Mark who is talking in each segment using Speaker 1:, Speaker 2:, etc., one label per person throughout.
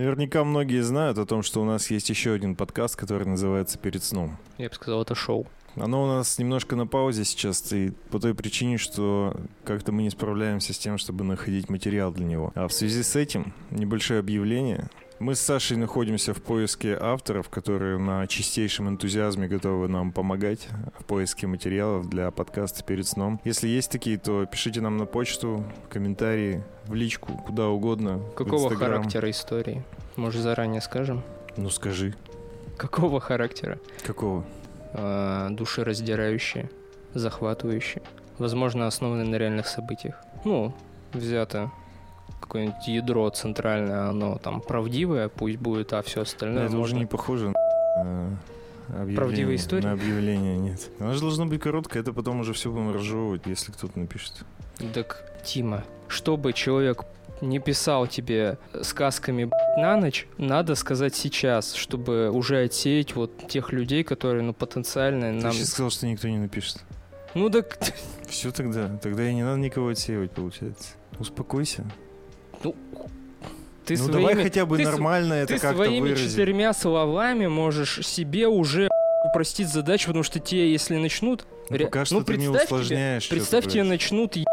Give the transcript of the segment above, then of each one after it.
Speaker 1: Наверняка многие знают о том, что у нас есть еще один подкаст, который называется «Перед сном».
Speaker 2: Я бы сказал, это шоу.
Speaker 1: Оно у нас немножко на паузе сейчас, и по той причине, что как-то мы не справляемся с тем, чтобы находить материал для него. А в связи с этим небольшое объявление. Мы с Сашей находимся в поиске авторов, которые на чистейшем энтузиазме готовы нам помогать в поиске материалов для подкаста «Перед сном». Если есть такие, то пишите нам на почту, в комментарии, в личку, куда угодно. в
Speaker 2: Какого
Speaker 1: Инстаграм.
Speaker 2: характера истории? Может, заранее скажем?
Speaker 1: Ну скажи,
Speaker 2: Какого характера?
Speaker 1: какого?
Speaker 2: Э, душераздирающие, захватывающие. Возможно, основаны на реальных событиях. Ну, взято какое-нибудь ядро центральное, оно там правдивое, пусть будет, а все остальное
Speaker 1: это уже
Speaker 2: можно
Speaker 1: не похоже на э, объявление.
Speaker 2: Правдивые истории?
Speaker 1: На объявление нет. Оно же должно быть короткое, это потом уже все будем разжевывать, если кто-то напишет.
Speaker 2: Так, Тима, чтобы человек не писал тебе сказками б***ь, на ночь, надо сказать сейчас, чтобы уже отсеять вот тех людей, которые, ну, потенциально
Speaker 1: Ты
Speaker 2: нам...
Speaker 1: сейчас сказал, что никто не напишет.
Speaker 2: Ну, так,
Speaker 1: Все тогда. Тогда и не надо никого отсеивать, получается. Успокойся.
Speaker 2: ты
Speaker 1: ну
Speaker 2: своими,
Speaker 1: давай хотя бы
Speaker 2: ты с-
Speaker 1: нормально это
Speaker 2: ты
Speaker 1: как-то
Speaker 2: своими
Speaker 1: выразить.
Speaker 2: четырьмя словами можешь себе уже б***ь, упростить задачу, потому что те, если начнут...
Speaker 1: Ну,
Speaker 2: Ре-
Speaker 1: пока
Speaker 2: ну,
Speaker 1: что ты не
Speaker 2: представь тебе-
Speaker 1: усложняешь. чё ты
Speaker 2: Представь, тебе
Speaker 1: говоришь.
Speaker 2: начнут е***ть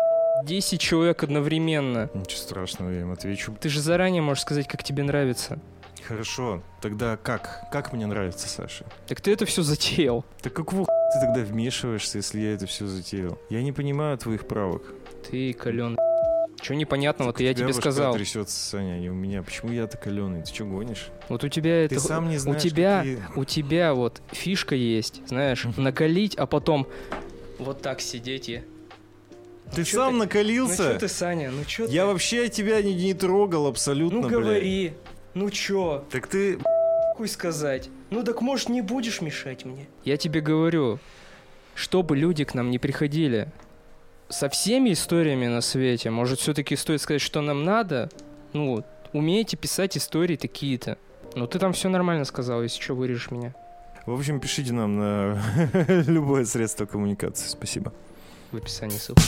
Speaker 2: 10 человек одновременно.
Speaker 1: Ничего страшного, я им отвечу.
Speaker 2: Ты же заранее можешь сказать, как тебе нравится.
Speaker 1: Хорошо, тогда как? Как мне нравится, Саша?
Speaker 2: Так ты это все затеял.
Speaker 1: Так какого хуя ты тогда вмешиваешься, если я это все затеял? Я не понимаю твоих правок.
Speaker 2: Ты кален. Чего непонятного,
Speaker 1: Так
Speaker 2: ты
Speaker 1: у
Speaker 2: Ну, я
Speaker 1: тебя
Speaker 2: тебе
Speaker 1: башка
Speaker 2: сказал.
Speaker 1: трясется, Саня, а не у меня. Почему я так каленый? Ты что гонишь?
Speaker 2: Вот у тебя это.
Speaker 1: Ты сам не знаешь,
Speaker 2: тебя- Ну,
Speaker 1: какие-
Speaker 2: У тебя вот фишка есть, знаешь, накалить, а потом вот так сидеть и. Ну
Speaker 1: Ты
Speaker 2: чё
Speaker 1: сам
Speaker 2: ты- Ну
Speaker 1: накалился?
Speaker 2: чё ты, Саня, ну чё
Speaker 1: Я
Speaker 2: ты?
Speaker 1: вообще тебя не, не трогал абсолютно,
Speaker 2: Ну
Speaker 1: блядь.
Speaker 2: говори. Ну чё,
Speaker 1: Так ты...
Speaker 2: хуй сказать. Ну так может не будешь мешать мне. Я тебе говорю, чтобы люди к нам не приходили. Со всеми историями на свете, может, все-таки стоит сказать, что нам надо. Ну, вот, умеете писать истории такие-то. Ну ты там все нормально сказал, если что, вырежешь меня.
Speaker 1: В общем, пишите нам на любое средство коммуникации. Спасибо.
Speaker 2: В описании ссылка.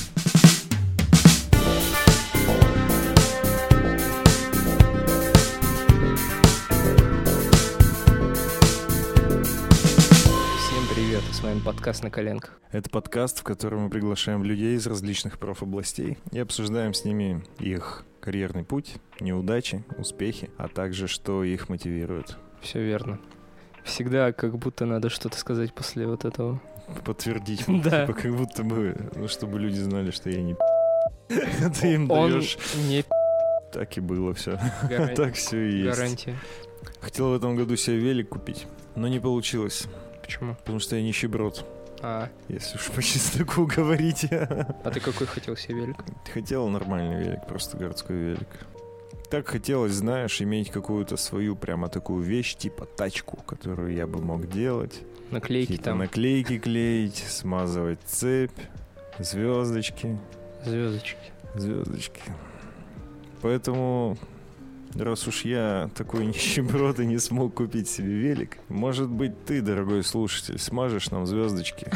Speaker 2: Всем привет, с вами подкаст «На коленках».
Speaker 1: Это подкаст, в котором мы приглашаем людей из различных профобластей и обсуждаем с ними их карьерный путь, неудачи, успехи, а также что их мотивирует.
Speaker 2: Все верно. Всегда как будто надо что-то сказать после вот этого.
Speaker 1: Подтвердить,
Speaker 2: Да.
Speaker 1: типа, как будто бы, ну, чтобы люди знали, что я не Ты им
Speaker 2: Он
Speaker 1: даешь.
Speaker 2: не
Speaker 1: Так и было все.
Speaker 2: гаран-
Speaker 1: Так все и есть.
Speaker 2: гарантия.
Speaker 1: Хотел в этом году себе велик купить, но не получилось,
Speaker 2: Почему?
Speaker 1: потому что я нищеброд,
Speaker 2: А,
Speaker 1: если уж по чесноку говорить.
Speaker 2: а ты какой хотел себе велик?
Speaker 1: Хотел нормальный велик, просто городской велик. Так хотелось, знаешь, иметь какую-то свою прямо такую вещь, типа тачку, которую я бы мог делать.
Speaker 2: Наклейки
Speaker 1: Какие-то
Speaker 2: там,
Speaker 1: наклейки клеить, смазывать цепь, звездочки,
Speaker 2: звездочки.
Speaker 1: звездочки. Поэтому, раз уж я такой нищеброд и не смог купить себе велик, может быть, ты, дорогой слушатель, смажешь нам звездочки,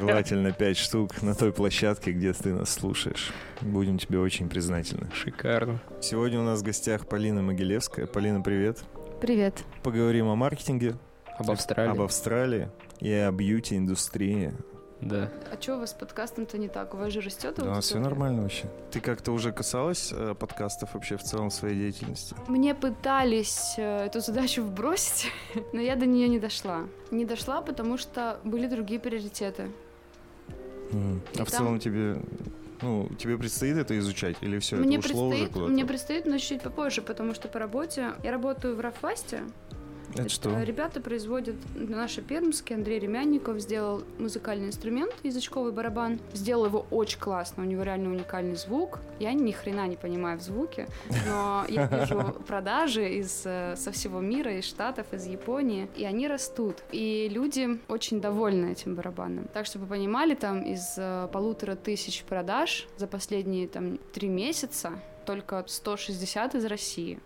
Speaker 1: желательно 5 штук на той площадке, где ты нас слушаешь. Будем тебе очень признательны.
Speaker 2: Шикарно.
Speaker 1: Сегодня у нас в гостях Полина Могилевская. Полина, привет.
Speaker 3: Привет.
Speaker 1: Поговорим о маркетинге,
Speaker 2: Об Австралии.
Speaker 1: об Австралии и о бьюти-индустрии.
Speaker 2: Да.
Speaker 3: А что у вас с подкастом-то не так? У вас же растет
Speaker 1: Да, у нас все
Speaker 3: аудитория?
Speaker 1: нормально вообще. Ты как-то уже касалась э, подкастов вообще в целом в своей деятельности?
Speaker 3: Мне пытались э, эту задачу вбросить, но я до нее не дошла. Не дошла, потому что были другие приоритеты.
Speaker 1: А в
Speaker 3: Там-
Speaker 1: А целом тебе, ну, тебе предстоит это изучать или все
Speaker 3: мне
Speaker 1: это ушло уже
Speaker 3: предстоит,
Speaker 1: куда-то?
Speaker 3: мне предстоит, но чуть попозже, потому что по работе я работаю в Рафвасте.
Speaker 1: Это что?
Speaker 3: э, Ребята производят наши пермские. Андрей Ремянников сделал музыкальный инструмент, язычковый барабан. Сделал его очень классно, у него реально уникальный звук. Я ни хрена не понимаю в звуке, но я вижу продажи из, э, со всего мира, из Штатов, из Японии, и они растут. И люди очень довольны этим барабаном. Так, чтобы вы понимали, там из э, полутора тысяч продаж за последние там три месяца только 160 из России.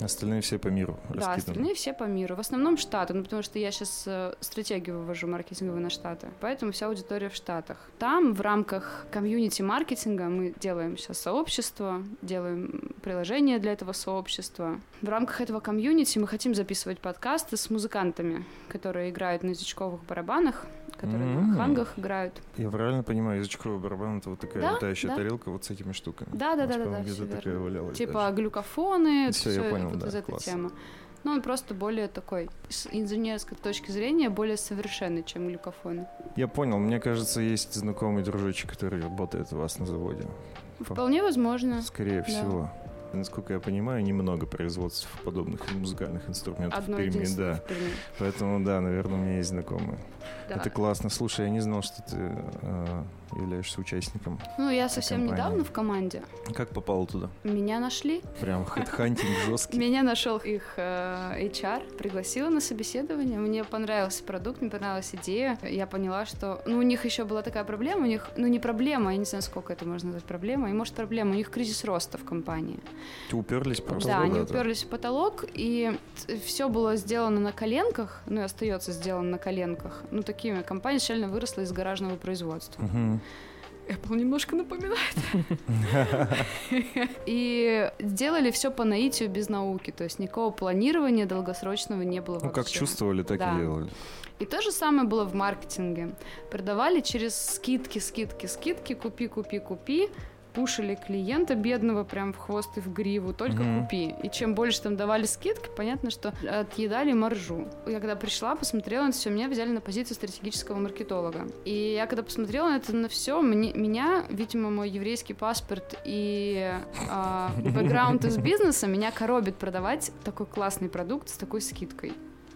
Speaker 1: Остальные все по миру
Speaker 3: Да,
Speaker 1: раскиданы.
Speaker 3: остальные все по миру. В основном Штаты, ну потому что я сейчас стратегию вывожу маркетинговую на Штаты. Поэтому вся аудитория в Штатах. Там в рамках комьюнити-маркетинга мы делаем сейчас сообщество, делаем приложение для этого сообщества. В рамках этого комьюнити мы хотим записывать подкасты с музыкантами, которые играют на язычковых барабанах, которые
Speaker 1: М.
Speaker 3: на хангах играют.
Speaker 1: Я правильно понимаю, язычковый барабан это вот такая
Speaker 3: Да,
Speaker 1: летающая
Speaker 3: да.
Speaker 1: тарелка вот с этими штуками.
Speaker 3: Да,
Speaker 1: Вот,
Speaker 3: да, да, да,
Speaker 1: по-моему,
Speaker 3: да.
Speaker 1: где-то
Speaker 3: всё
Speaker 1: такая
Speaker 3: верно.
Speaker 1: валялась
Speaker 3: Типа
Speaker 1: даже.
Speaker 3: глюкофоны,
Speaker 1: Всё,
Speaker 3: всё,
Speaker 1: я
Speaker 3: это
Speaker 1: понял,
Speaker 3: вот
Speaker 1: да,
Speaker 3: из этой
Speaker 1: класс.
Speaker 3: темы. Но он просто более такой, с инженерской точки зрения, более совершенный, чем глюкофоны.
Speaker 1: Я понял, мне кажется, есть знакомый дружочек, который работает у вас на заводе.
Speaker 3: Вполне возможно.
Speaker 1: Скорее
Speaker 3: Да.
Speaker 1: всего. Насколько я понимаю, немного производств подобных музыкальных инструментов
Speaker 3: Одно
Speaker 1: в Перми,
Speaker 3: единственное
Speaker 1: да.
Speaker 3: в Перми.
Speaker 1: Поэтому, да, наверное, у меня есть знакомые.
Speaker 3: Да.
Speaker 1: Это классно. Слушай, я не знал, что ты э, являешься участником.
Speaker 3: Ну, я совсем
Speaker 1: компания.
Speaker 3: недавно в команде.
Speaker 1: Как попал туда?
Speaker 3: Меня нашли.
Speaker 1: Прям хедхантинг жесткий.
Speaker 3: Меня нашел их э, HR, пригласила на собеседование. Мне понравился продукт, мне понравилась идея. Я поняла, что ну, у них еще была такая проблема. У них, ну, не проблема, я не знаю, сколько это можно назвать проблемой. Может, проблема. У них кризис роста в компании.
Speaker 1: Ты уперлись просто
Speaker 3: Да, они
Speaker 1: куда-то.
Speaker 3: уперлись в потолок, и все было сделано на коленках, ну и остается сделано на коленках. Ну, такими. Компания изначально выросла из гаражного производства.
Speaker 1: Мгм.
Speaker 3: Apple немножко напоминает. И сделали все по наитию без науки, то есть никакого планирования долгосрочного не было
Speaker 1: Ну, как
Speaker 3: вообще.
Speaker 1: чувствовали, так
Speaker 3: Да.
Speaker 1: и делали.
Speaker 3: И то же самое было в маркетинге. Продавали через скидки, скидки, скидки, купи, купи, купи. Пушили клиента бедного прям в хвост и в гриву, только
Speaker 1: Мгм.
Speaker 3: купи. И чем больше там давали скидки, понятно, что отъедали маржу. Я когда пришла, посмотрела на все, меня взяли на позицию стратегического маркетолога. И я когда посмотрела на это на все, мне, меня, видимо, мой еврейский паспорт и а, бэкграунд из бизнеса меня коробит продавать такой классный продукт с такой скидкой.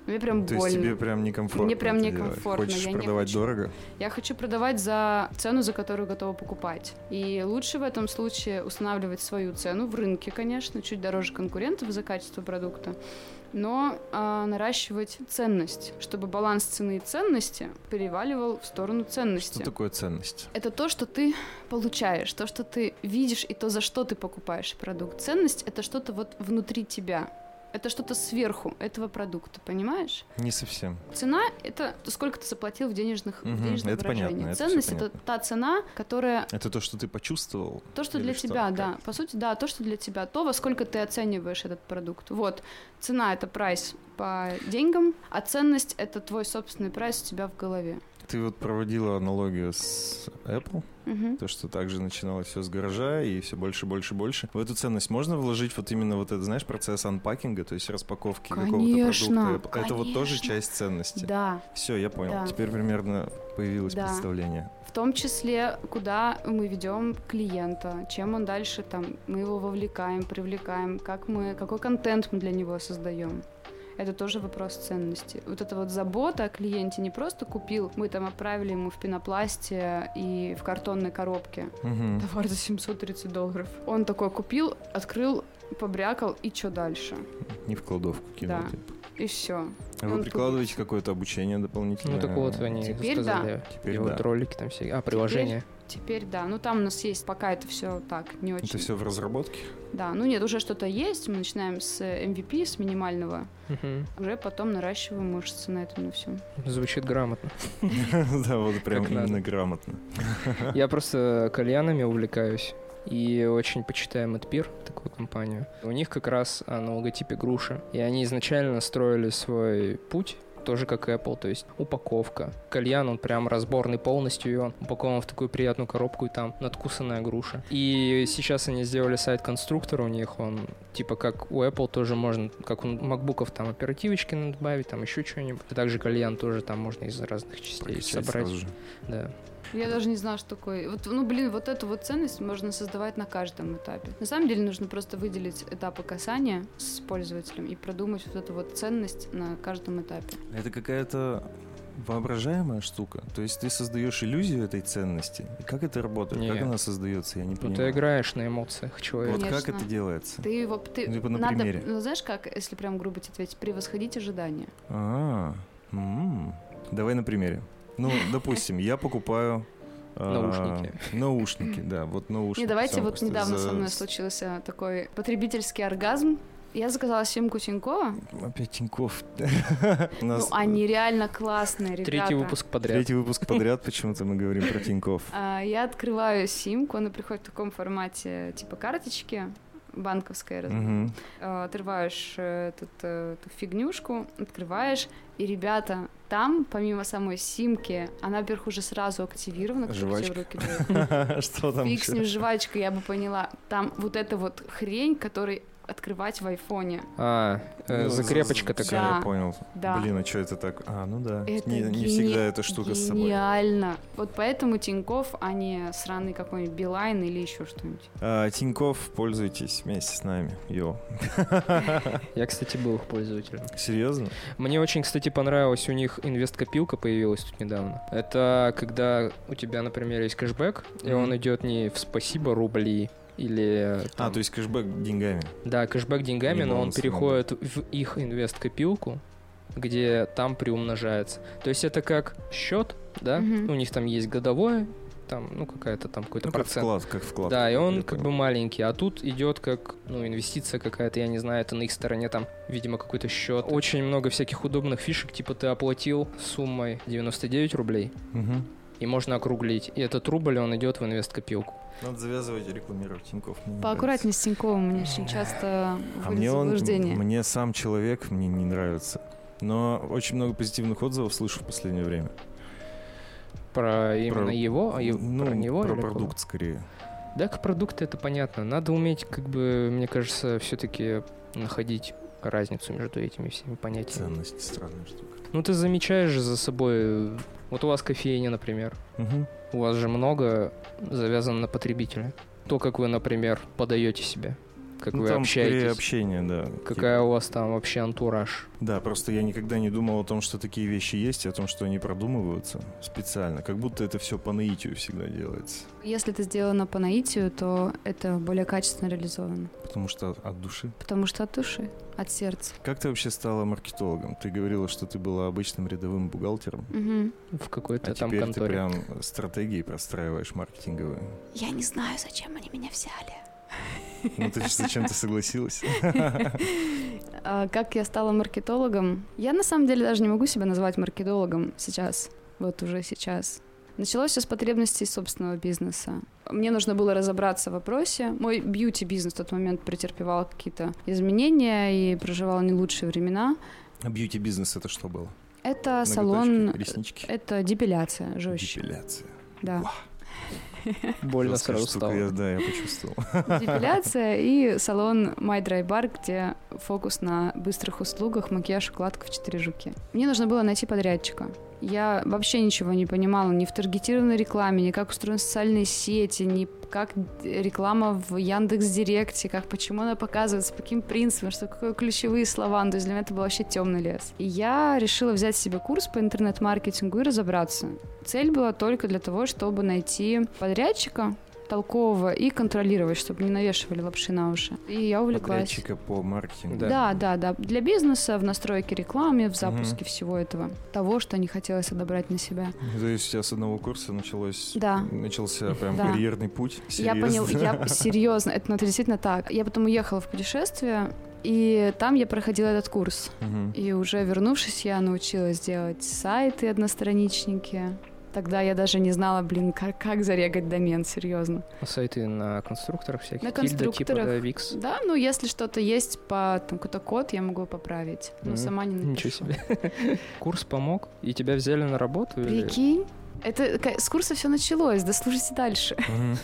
Speaker 3: Мне прям
Speaker 1: То
Speaker 3: больно.
Speaker 1: есть тебе прям некомфортно.
Speaker 3: Мне прям
Speaker 1: это делать?
Speaker 3: некомфортно,
Speaker 1: Хочешь
Speaker 3: я не
Speaker 1: продавать
Speaker 3: хочу.
Speaker 1: дорого?
Speaker 3: Я хочу продавать за цену, за которую готова покупать. И лучше в этом случае устанавливать свою цену в рынке, конечно, чуть дороже конкурентов за качество продукта, но а, наращивать ценность, чтобы баланс цены и ценности переваливал в сторону ценности.
Speaker 1: Что такое ценность?
Speaker 3: Это то, что ты получаешь, то, что ты видишь и то, за что ты покупаешь продукт. Ценность — это что-то вот внутри тебя. Это что-то сверху этого продукта, понимаешь?
Speaker 1: Не совсем.
Speaker 3: Цена — это сколько ты заплатил в денежных, в
Speaker 1: Мгм,
Speaker 3: денежном
Speaker 1: это
Speaker 3: выражении.
Speaker 1: понятно, это всё
Speaker 3: Ценность — это
Speaker 1: понятно.
Speaker 3: та цена, которая...
Speaker 1: Это то, что ты почувствовал.
Speaker 3: То, что
Speaker 1: Или
Speaker 3: для
Speaker 1: что,
Speaker 3: тебя,
Speaker 1: как?
Speaker 3: да. По сути, да, то, что для тебя. То, во сколько ты оцениваешь этот продукт. Вот. Цена — это прайс по деньгам, а ценность — это твой собственный прайс у тебя в голове.
Speaker 1: Ты вот проводила аналогию с Apple,
Speaker 3: Мгм.
Speaker 1: то, что также начиналось все с гаража и все больше, больше, больше. В эту ценность можно вложить вот именно вот этот, знаешь, процесс анпакинга, то есть распаковки
Speaker 3: Конечно,
Speaker 1: какого-то продукта. Apple? Это вот тоже
Speaker 3: конечно.
Speaker 1: часть ценности.
Speaker 3: Да.
Speaker 1: Все, я понял.
Speaker 3: Да.
Speaker 1: Теперь примерно появилось
Speaker 3: Да.
Speaker 1: представление.
Speaker 3: В том числе, куда мы ведем клиента, чем он дальше там, мы его вовлекаем, привлекаем, как мы, какой контент мы для него создаем. Это тоже вопрос ценности. Вот эта вот забота о клиенте не просто купил, мы там отправили ему в пенопласте и в картонной коробке
Speaker 1: Мгм.
Speaker 3: товар за 730 долларов. Он такой купил, открыл, побрякал и что дальше?
Speaker 1: Не в кладовку кинул.
Speaker 3: Да.
Speaker 1: типа.
Speaker 3: И все.
Speaker 1: А Вы
Speaker 3: Он
Speaker 1: прикладываете какое-то обучение дополнительное?
Speaker 2: Ну так вот, они
Speaker 3: Теперь
Speaker 2: сказали.
Speaker 1: Теперь
Speaker 2: и
Speaker 1: да.
Speaker 2: вот ролики там все. А, приложение.
Speaker 3: Теперь да. Ну там у нас есть, пока это все так не очень.
Speaker 1: Это все в разработке?
Speaker 3: Да, ну нет, уже что-то есть. Мы начинаем с э, MVP, с минимального.
Speaker 2: Мгм.
Speaker 3: Уже потом наращиваем мышцы на этом на всем.
Speaker 2: Звучит грамотно.
Speaker 1: Да, вот прям
Speaker 2: Как надо.
Speaker 1: именно грамотно.
Speaker 2: Я просто кальянами увлекаюсь. И очень почитаю Мэтпир, такую компанию. У них как раз а, на логотипе груши. И они изначально строили свой путь тоже как Apple, то есть упаковка. Кальян, он прям разборный полностью, и он упакован в такую приятную коробку, и там надкусанная груша. И сейчас они сделали сайт-конструктор у них, он типа как у Apple тоже можно, как у макбуков, там оперативочки надо добавить, там еще что-нибудь. А Также кальян тоже там можно из разных частей
Speaker 1: Прокачать
Speaker 2: собрать.
Speaker 1: сразу же.
Speaker 2: Да.
Speaker 3: Я даже не знала, что такое. Вот, ну, блин, вот эту вот ценность можно создавать на каждом этапе. На самом деле нужно просто выделить этапы касания с пользователем и продумать вот эту вот ценность на каждом этапе.
Speaker 1: Это какая-то воображаемая штука. То есть ты создаешь иллюзию этой ценности. И как это работает?
Speaker 2: Не.
Speaker 1: Как она создается? Я не
Speaker 2: Ну,
Speaker 1: понимаю.
Speaker 2: ты играешь на эмоциях
Speaker 1: Вот
Speaker 2: человека.
Speaker 1: как
Speaker 3: Конечно.
Speaker 1: это делается?
Speaker 3: Ты его... Ты,
Speaker 1: Ну, типа на
Speaker 3: надо,
Speaker 1: примере.
Speaker 3: ну, знаешь, как, если прям грубо тебе ответить, превосходить ожидания.
Speaker 1: А, м. давай на примере. Ну, допустим, я покупаю а,
Speaker 2: Наушники.
Speaker 1: Наушники, да, вот наушники.
Speaker 3: Не, давайте
Speaker 1: Всё,
Speaker 3: вот
Speaker 1: просто
Speaker 3: недавно
Speaker 1: за-
Speaker 3: со мной случился такой потребительский оргазм. Я заказала симку Тинькова.
Speaker 1: Опять Тиньков. У
Speaker 3: Ну,
Speaker 1: нас
Speaker 3: они реально классные, ребята.
Speaker 2: Третий выпуск подряд.
Speaker 1: третий выпуск подряд почему-то мы говорим про Тиньков.
Speaker 3: А, Я открываю симку, она приходит в таком формате, типа карточки банковской. раз-
Speaker 1: Мгм.
Speaker 3: А, Отрываешь э, тут, э, эту фигнюшку, открываешь, и, ребята, там, помимо самой симки, она вверху уже сразу активирована, как тебе
Speaker 1: Жвачка.
Speaker 3: в руки дают.
Speaker 1: Что там
Speaker 3: Фиг с
Speaker 1: еще?
Speaker 3: ним жвачка, я бы поняла. Там вот эта вот хрень, которой открывать в айфоне.
Speaker 2: А, э,
Speaker 1: Ну,
Speaker 2: закрепочка
Speaker 1: за- за-
Speaker 2: такая.
Speaker 1: Я понял.
Speaker 3: Да.
Speaker 1: Блин, а что это так? А, ну да.
Speaker 3: Это
Speaker 1: не, не
Speaker 3: гени-
Speaker 1: всегда эта штука с собой.
Speaker 3: Гениально. Вот поэтому Тиньков, а не сраный какой-нибудь Билайн или еще что-нибудь.
Speaker 1: А, Тиньков, пользуйтесь вместе с нами. Йо.
Speaker 2: Я, кстати, был их пользователем.
Speaker 1: Серьезно?
Speaker 2: Мне очень, кстати, понравилась у них инвест-копилка появилась тут недавно. Это когда у тебя, например, есть кэшбэк, и
Speaker 1: Мгм.
Speaker 2: он идет не в спасибо рубли или...
Speaker 1: А,
Speaker 2: там- Ну,
Speaker 1: то есть кэшбэк деньгами.
Speaker 2: Да, кэшбэк деньгами,
Speaker 1: Не
Speaker 2: но он
Speaker 1: бонусом,
Speaker 2: переходит в их инвест-копилку, где там приумножается. То есть это как счет, да?
Speaker 3: Мгм.
Speaker 2: У них там есть годовое, там, ну, какая-то там какой-то
Speaker 1: Ну, как
Speaker 2: процент.
Speaker 1: вклад, как вклад.
Speaker 2: Да, и
Speaker 1: Я
Speaker 2: он как бы
Speaker 1: понял.
Speaker 2: маленький, а тут идет как, ну, инвестиция какая-то, я не знаю, это на их стороне там, видимо, какой-то счет. Очень много всяких удобных фишек, типа ты оплатил суммой 99 рублей,
Speaker 1: Мгм.
Speaker 2: и можно округлить. И этот рубль, он идет в инвест-копилку.
Speaker 1: Надо завязывать и рекламировать Тиньков. мне не
Speaker 3: Поаккуратнее с Тиньковым, мне очень часто
Speaker 1: нравится. А
Speaker 3: вводит
Speaker 1: мне он,
Speaker 3: заблуждение.
Speaker 1: мне сам человек, мне не нравится. Но очень много позитивных отзывов слышу в последнее время.
Speaker 2: Про именно его, а и-
Speaker 1: ну,
Speaker 2: про него?
Speaker 1: про
Speaker 2: или кого?
Speaker 1: продукт скорее.
Speaker 2: Да, к продукту это понятно. Надо уметь, как бы, мне кажется, все-таки находить разницу между этими всеми понятиями.
Speaker 1: Ценность странная штука.
Speaker 2: Ну, ты замечаешь же за собой... э, Вот у вас кофейня, например.
Speaker 1: Мгм.
Speaker 2: У вас же много завязано на потребителя. То, как вы, например, подаете себя, как
Speaker 1: Ну,
Speaker 2: вы
Speaker 1: там скорее
Speaker 2: общаетесь,
Speaker 1: общение, да. Типа
Speaker 2: какая у вас там вообще антураж.
Speaker 1: Да, просто я никогда не думал о том, что такие вещи есть, и о том, что они продумываются специально. Как будто это все по наитию всегда делается.
Speaker 3: Если это сделано по наитию, то это более качественно реализовано.
Speaker 1: Потому что от- от души.
Speaker 3: Потому что от души, от сердца.
Speaker 1: Как ты вообще стала маркетологом? Ты говорила, что ты была обычным рядовым бухгалтером.
Speaker 3: Мгм.
Speaker 2: В какой-то
Speaker 1: а
Speaker 2: там
Speaker 1: теперь ты
Speaker 2: конторе.
Speaker 1: прям стратегии простраиваешь маркетинговые.
Speaker 3: Я не знаю, зачем они меня взяли.
Speaker 1: Ну ты ж зачем-то согласилась?
Speaker 3: А, Как я стала маркетологом? Я на самом деле даже не могу себя назвать маркетологом сейчас, вот уже сейчас. Началось все с потребностей собственного бизнеса. Мне нужно было разобраться в вопросе. Мой бьюти-бизнес в тот момент претерпевал какие-то изменения и проживал не лучшие времена.
Speaker 1: А бьюти-бизнес это что было?
Speaker 3: Это
Speaker 1: Ноготочки,
Speaker 3: А салон... э,
Speaker 1: реснички,
Speaker 3: Это депиляция жестче.
Speaker 1: депиляция.
Speaker 3: Да.
Speaker 2: Больно
Speaker 1: Жесткая
Speaker 2: сразу
Speaker 1: штука,
Speaker 2: стало.
Speaker 1: я- Да, я почувствовал.
Speaker 3: Депиляция и салон My Dry Bar, где фокус на быстрых услугах, макияж, укладка в четыре жуки. Мне нужно было найти подрядчика. Я вообще ничего не понимала ни в таргетированной рекламе, ни как устроены социальные сети, ни как реклама в Яндекс Директе, как почему она показывается, по каким принципам, что какое ключевые слова. Ну, То есть для меня это был вообще темный лес. И я решила взять себе курс по интернет-маркетингу и разобраться. Цель была только для того, чтобы найти подрядчика, толкового и контролировать, чтобы не навешивали лапши на уши. И я увлеклась.
Speaker 1: Подрядчика по маркетингу.
Speaker 3: Да, да, да. Для бизнеса, в настройке рекламы, в запуске всего этого. Того, что не хотелось отобрать на себя.
Speaker 1: То есть у тебя с одного курса началось...
Speaker 3: Да.
Speaker 1: Начался прям
Speaker 3: Да.
Speaker 1: карьерный путь.
Speaker 3: Я понял,
Speaker 1: Серьезно?
Speaker 3: я серьезно, это, ну, это действительно так. Я потом уехала в путешествие, и там я проходила этот курс.
Speaker 1: Мгм.
Speaker 3: И уже вернувшись, я научилась делать сайты одностраничники. Тогда я даже не знала, блин, как, как зарегать домен, серьезно.
Speaker 2: Сайты на конструкторах всяких.
Speaker 3: На
Speaker 2: Тильда, типа,
Speaker 3: конструкторах.
Speaker 2: да, Викс.
Speaker 3: Да, ну если что-то есть по там какой-то код, я могу поправить. Но
Speaker 2: Мгм.
Speaker 3: сама не напишу.
Speaker 2: Ничего себе. Курс помог, и тебя взяли на работу? или-
Speaker 3: Прикинь, это ка- с курса все началось, да слушайте дальше.
Speaker 1: Мгм.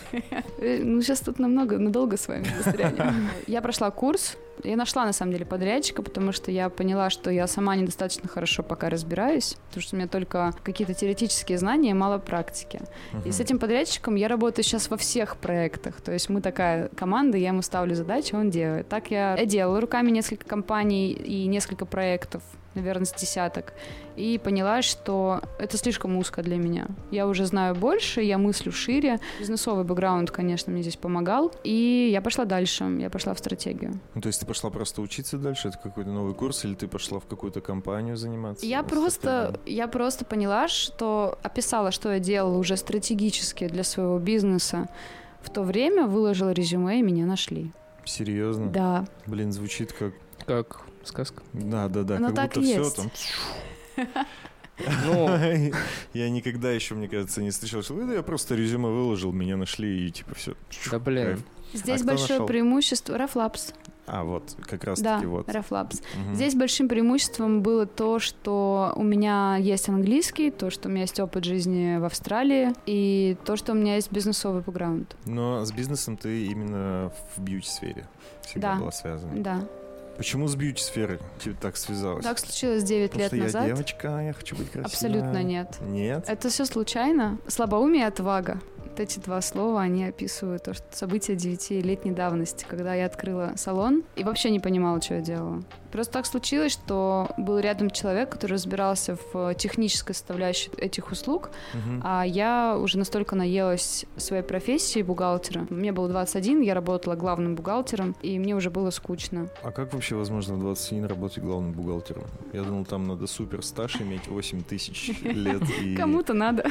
Speaker 3: Э, Ну, сейчас тут намного, надолго с вами застрянем. Я прошла курс, я нашла, на самом деле, подрядчика, потому что я поняла, что я сама недостаточно хорошо пока разбираюсь, потому что у меня только какие-то теоретические знания и мало практики. И с
Speaker 1: Мгм.
Speaker 3: этим подрядчиком я работаю сейчас во всех проектах. То есть мы такая команда, я ему ставлю задачи, он делает. Так я я делала руками несколько компаний и несколько проектов, наверное, с десяток. И поняла, что это слишком узко для меня. Я уже знаю больше, я мыслю шире. Бизнесовый бэкграунд, конечно, мне здесь помогал. И я пошла дальше, я пошла в стратегию.
Speaker 1: Ну, то есть ты пошла просто учиться дальше, это какой-то новый курс, или ты пошла в какую-то компанию заниматься?
Speaker 3: Я просто, я просто поняла, что описала, что я делала уже стратегически для своего бизнеса. В то время выложила резюме, и меня нашли.
Speaker 1: Серьезно?
Speaker 3: Да,
Speaker 1: Блин, звучит как
Speaker 2: Как сказка.
Speaker 1: Да, да, да.
Speaker 3: Оно
Speaker 1: как
Speaker 3: так
Speaker 1: будто
Speaker 3: и
Speaker 1: все
Speaker 3: есть.
Speaker 1: там.
Speaker 2: Ну,
Speaker 1: Я никогда еще, мне кажется, не встречал, что «Да я просто резюме выложил, меня нашли и типа все.
Speaker 2: да блин.
Speaker 1: А
Speaker 3: Здесь
Speaker 1: кто
Speaker 3: большое
Speaker 1: нашел?
Speaker 3: преимущество. Рафлапс.
Speaker 1: А вот, как раз
Speaker 3: Да,
Speaker 1: таки вот.
Speaker 3: Рафлапс.
Speaker 1: Мгм.
Speaker 3: Здесь большим преимуществом было то, что у меня есть английский, то, что у меня есть опыт жизни в Австралии, и то, что у меня есть бизнесовый бэкграунд.
Speaker 1: Но с бизнесом ты именно в бьюти-сфере всегда
Speaker 3: Да.
Speaker 1: была связана.
Speaker 3: Да.
Speaker 1: Почему с бьюти-сферой тебе так связалось?
Speaker 3: Так случилось 9
Speaker 1: Потому
Speaker 3: лет
Speaker 1: что я
Speaker 3: назад.
Speaker 1: девочка, я хочу быть красивой.
Speaker 3: Абсолютно нет.
Speaker 1: Нет?
Speaker 3: Это все случайно. Слабоумие и отвага. Вот эти два слова, они описывают то, что события девятилетней давности, когда я открыла салон и вообще не понимала, что я делала. Просто так случилось, что был рядом человек, который разбирался в технической составляющей этих услуг,
Speaker 1: Мгм.
Speaker 3: а я уже настолько наелась своей профессии бухгалтера. Мне было 21, я работала главным бухгалтером, и мне уже было скучно.
Speaker 1: А как вообще возможно в 21 работать главным бухгалтером? Я думал, там надо супер стаж иметь 8 тысяч лет. и-
Speaker 3: Кому-то надо.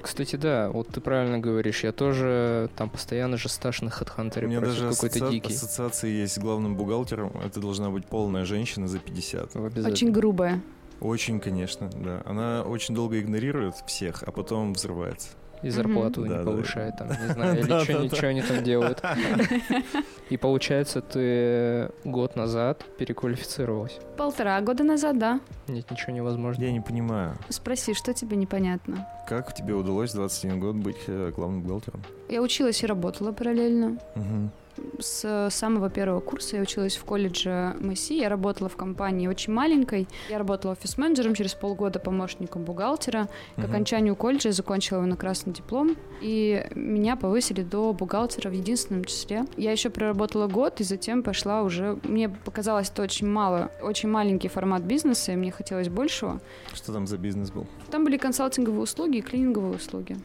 Speaker 2: Кстати, да, вот ты правильно говоришь, я тоже там постоянно же стаж на
Speaker 1: У
Speaker 2: HeadHunter
Speaker 1: меня
Speaker 2: просит
Speaker 1: даже
Speaker 2: какой-то
Speaker 1: ассоци-
Speaker 2: дикий.
Speaker 1: ассоциации есть с главным бухгалтером. Это должна быть полная женщина за 50.
Speaker 2: В обязательно.
Speaker 3: Очень грубое.
Speaker 1: Очень, конечно, да. Она очень долго игнорирует всех, а потом взрывается.
Speaker 2: И зарплату
Speaker 1: Да,
Speaker 2: не
Speaker 1: да.
Speaker 2: повышает, там, не знаю, или
Speaker 1: Да,
Speaker 2: что
Speaker 1: да,
Speaker 2: они-
Speaker 1: да.
Speaker 2: что они там делают. И получается, ты год назад переквалифицировалась.
Speaker 3: Полтора года назад, да.
Speaker 2: Нет, ничего невозможно.
Speaker 1: Я не понимаю,
Speaker 3: Спроси, что тебе непонятно.
Speaker 1: как тебе удалось в 21 год быть э, главным бухгалтером?
Speaker 3: Я училась и работала параллельно.
Speaker 1: Мгм.
Speaker 3: С э, самого первого курса я училась в колледже МСИ. Я работала в компании очень маленькой. Я работала офис-менеджером, через полгода помощником бухгалтера. К
Speaker 1: Мгм.
Speaker 3: окончанию колледжа я закончила его на красный диплом, и меня повысили до бухгалтера в единственном числе. Я еще проработала год, и затем пошла уже... Мне показалось это очень мало, очень маленький формат бизнеса, и мне хотелось большего.
Speaker 1: Что там за бизнес был?
Speaker 3: Там были консалтинговые услуги и клининговые услуги.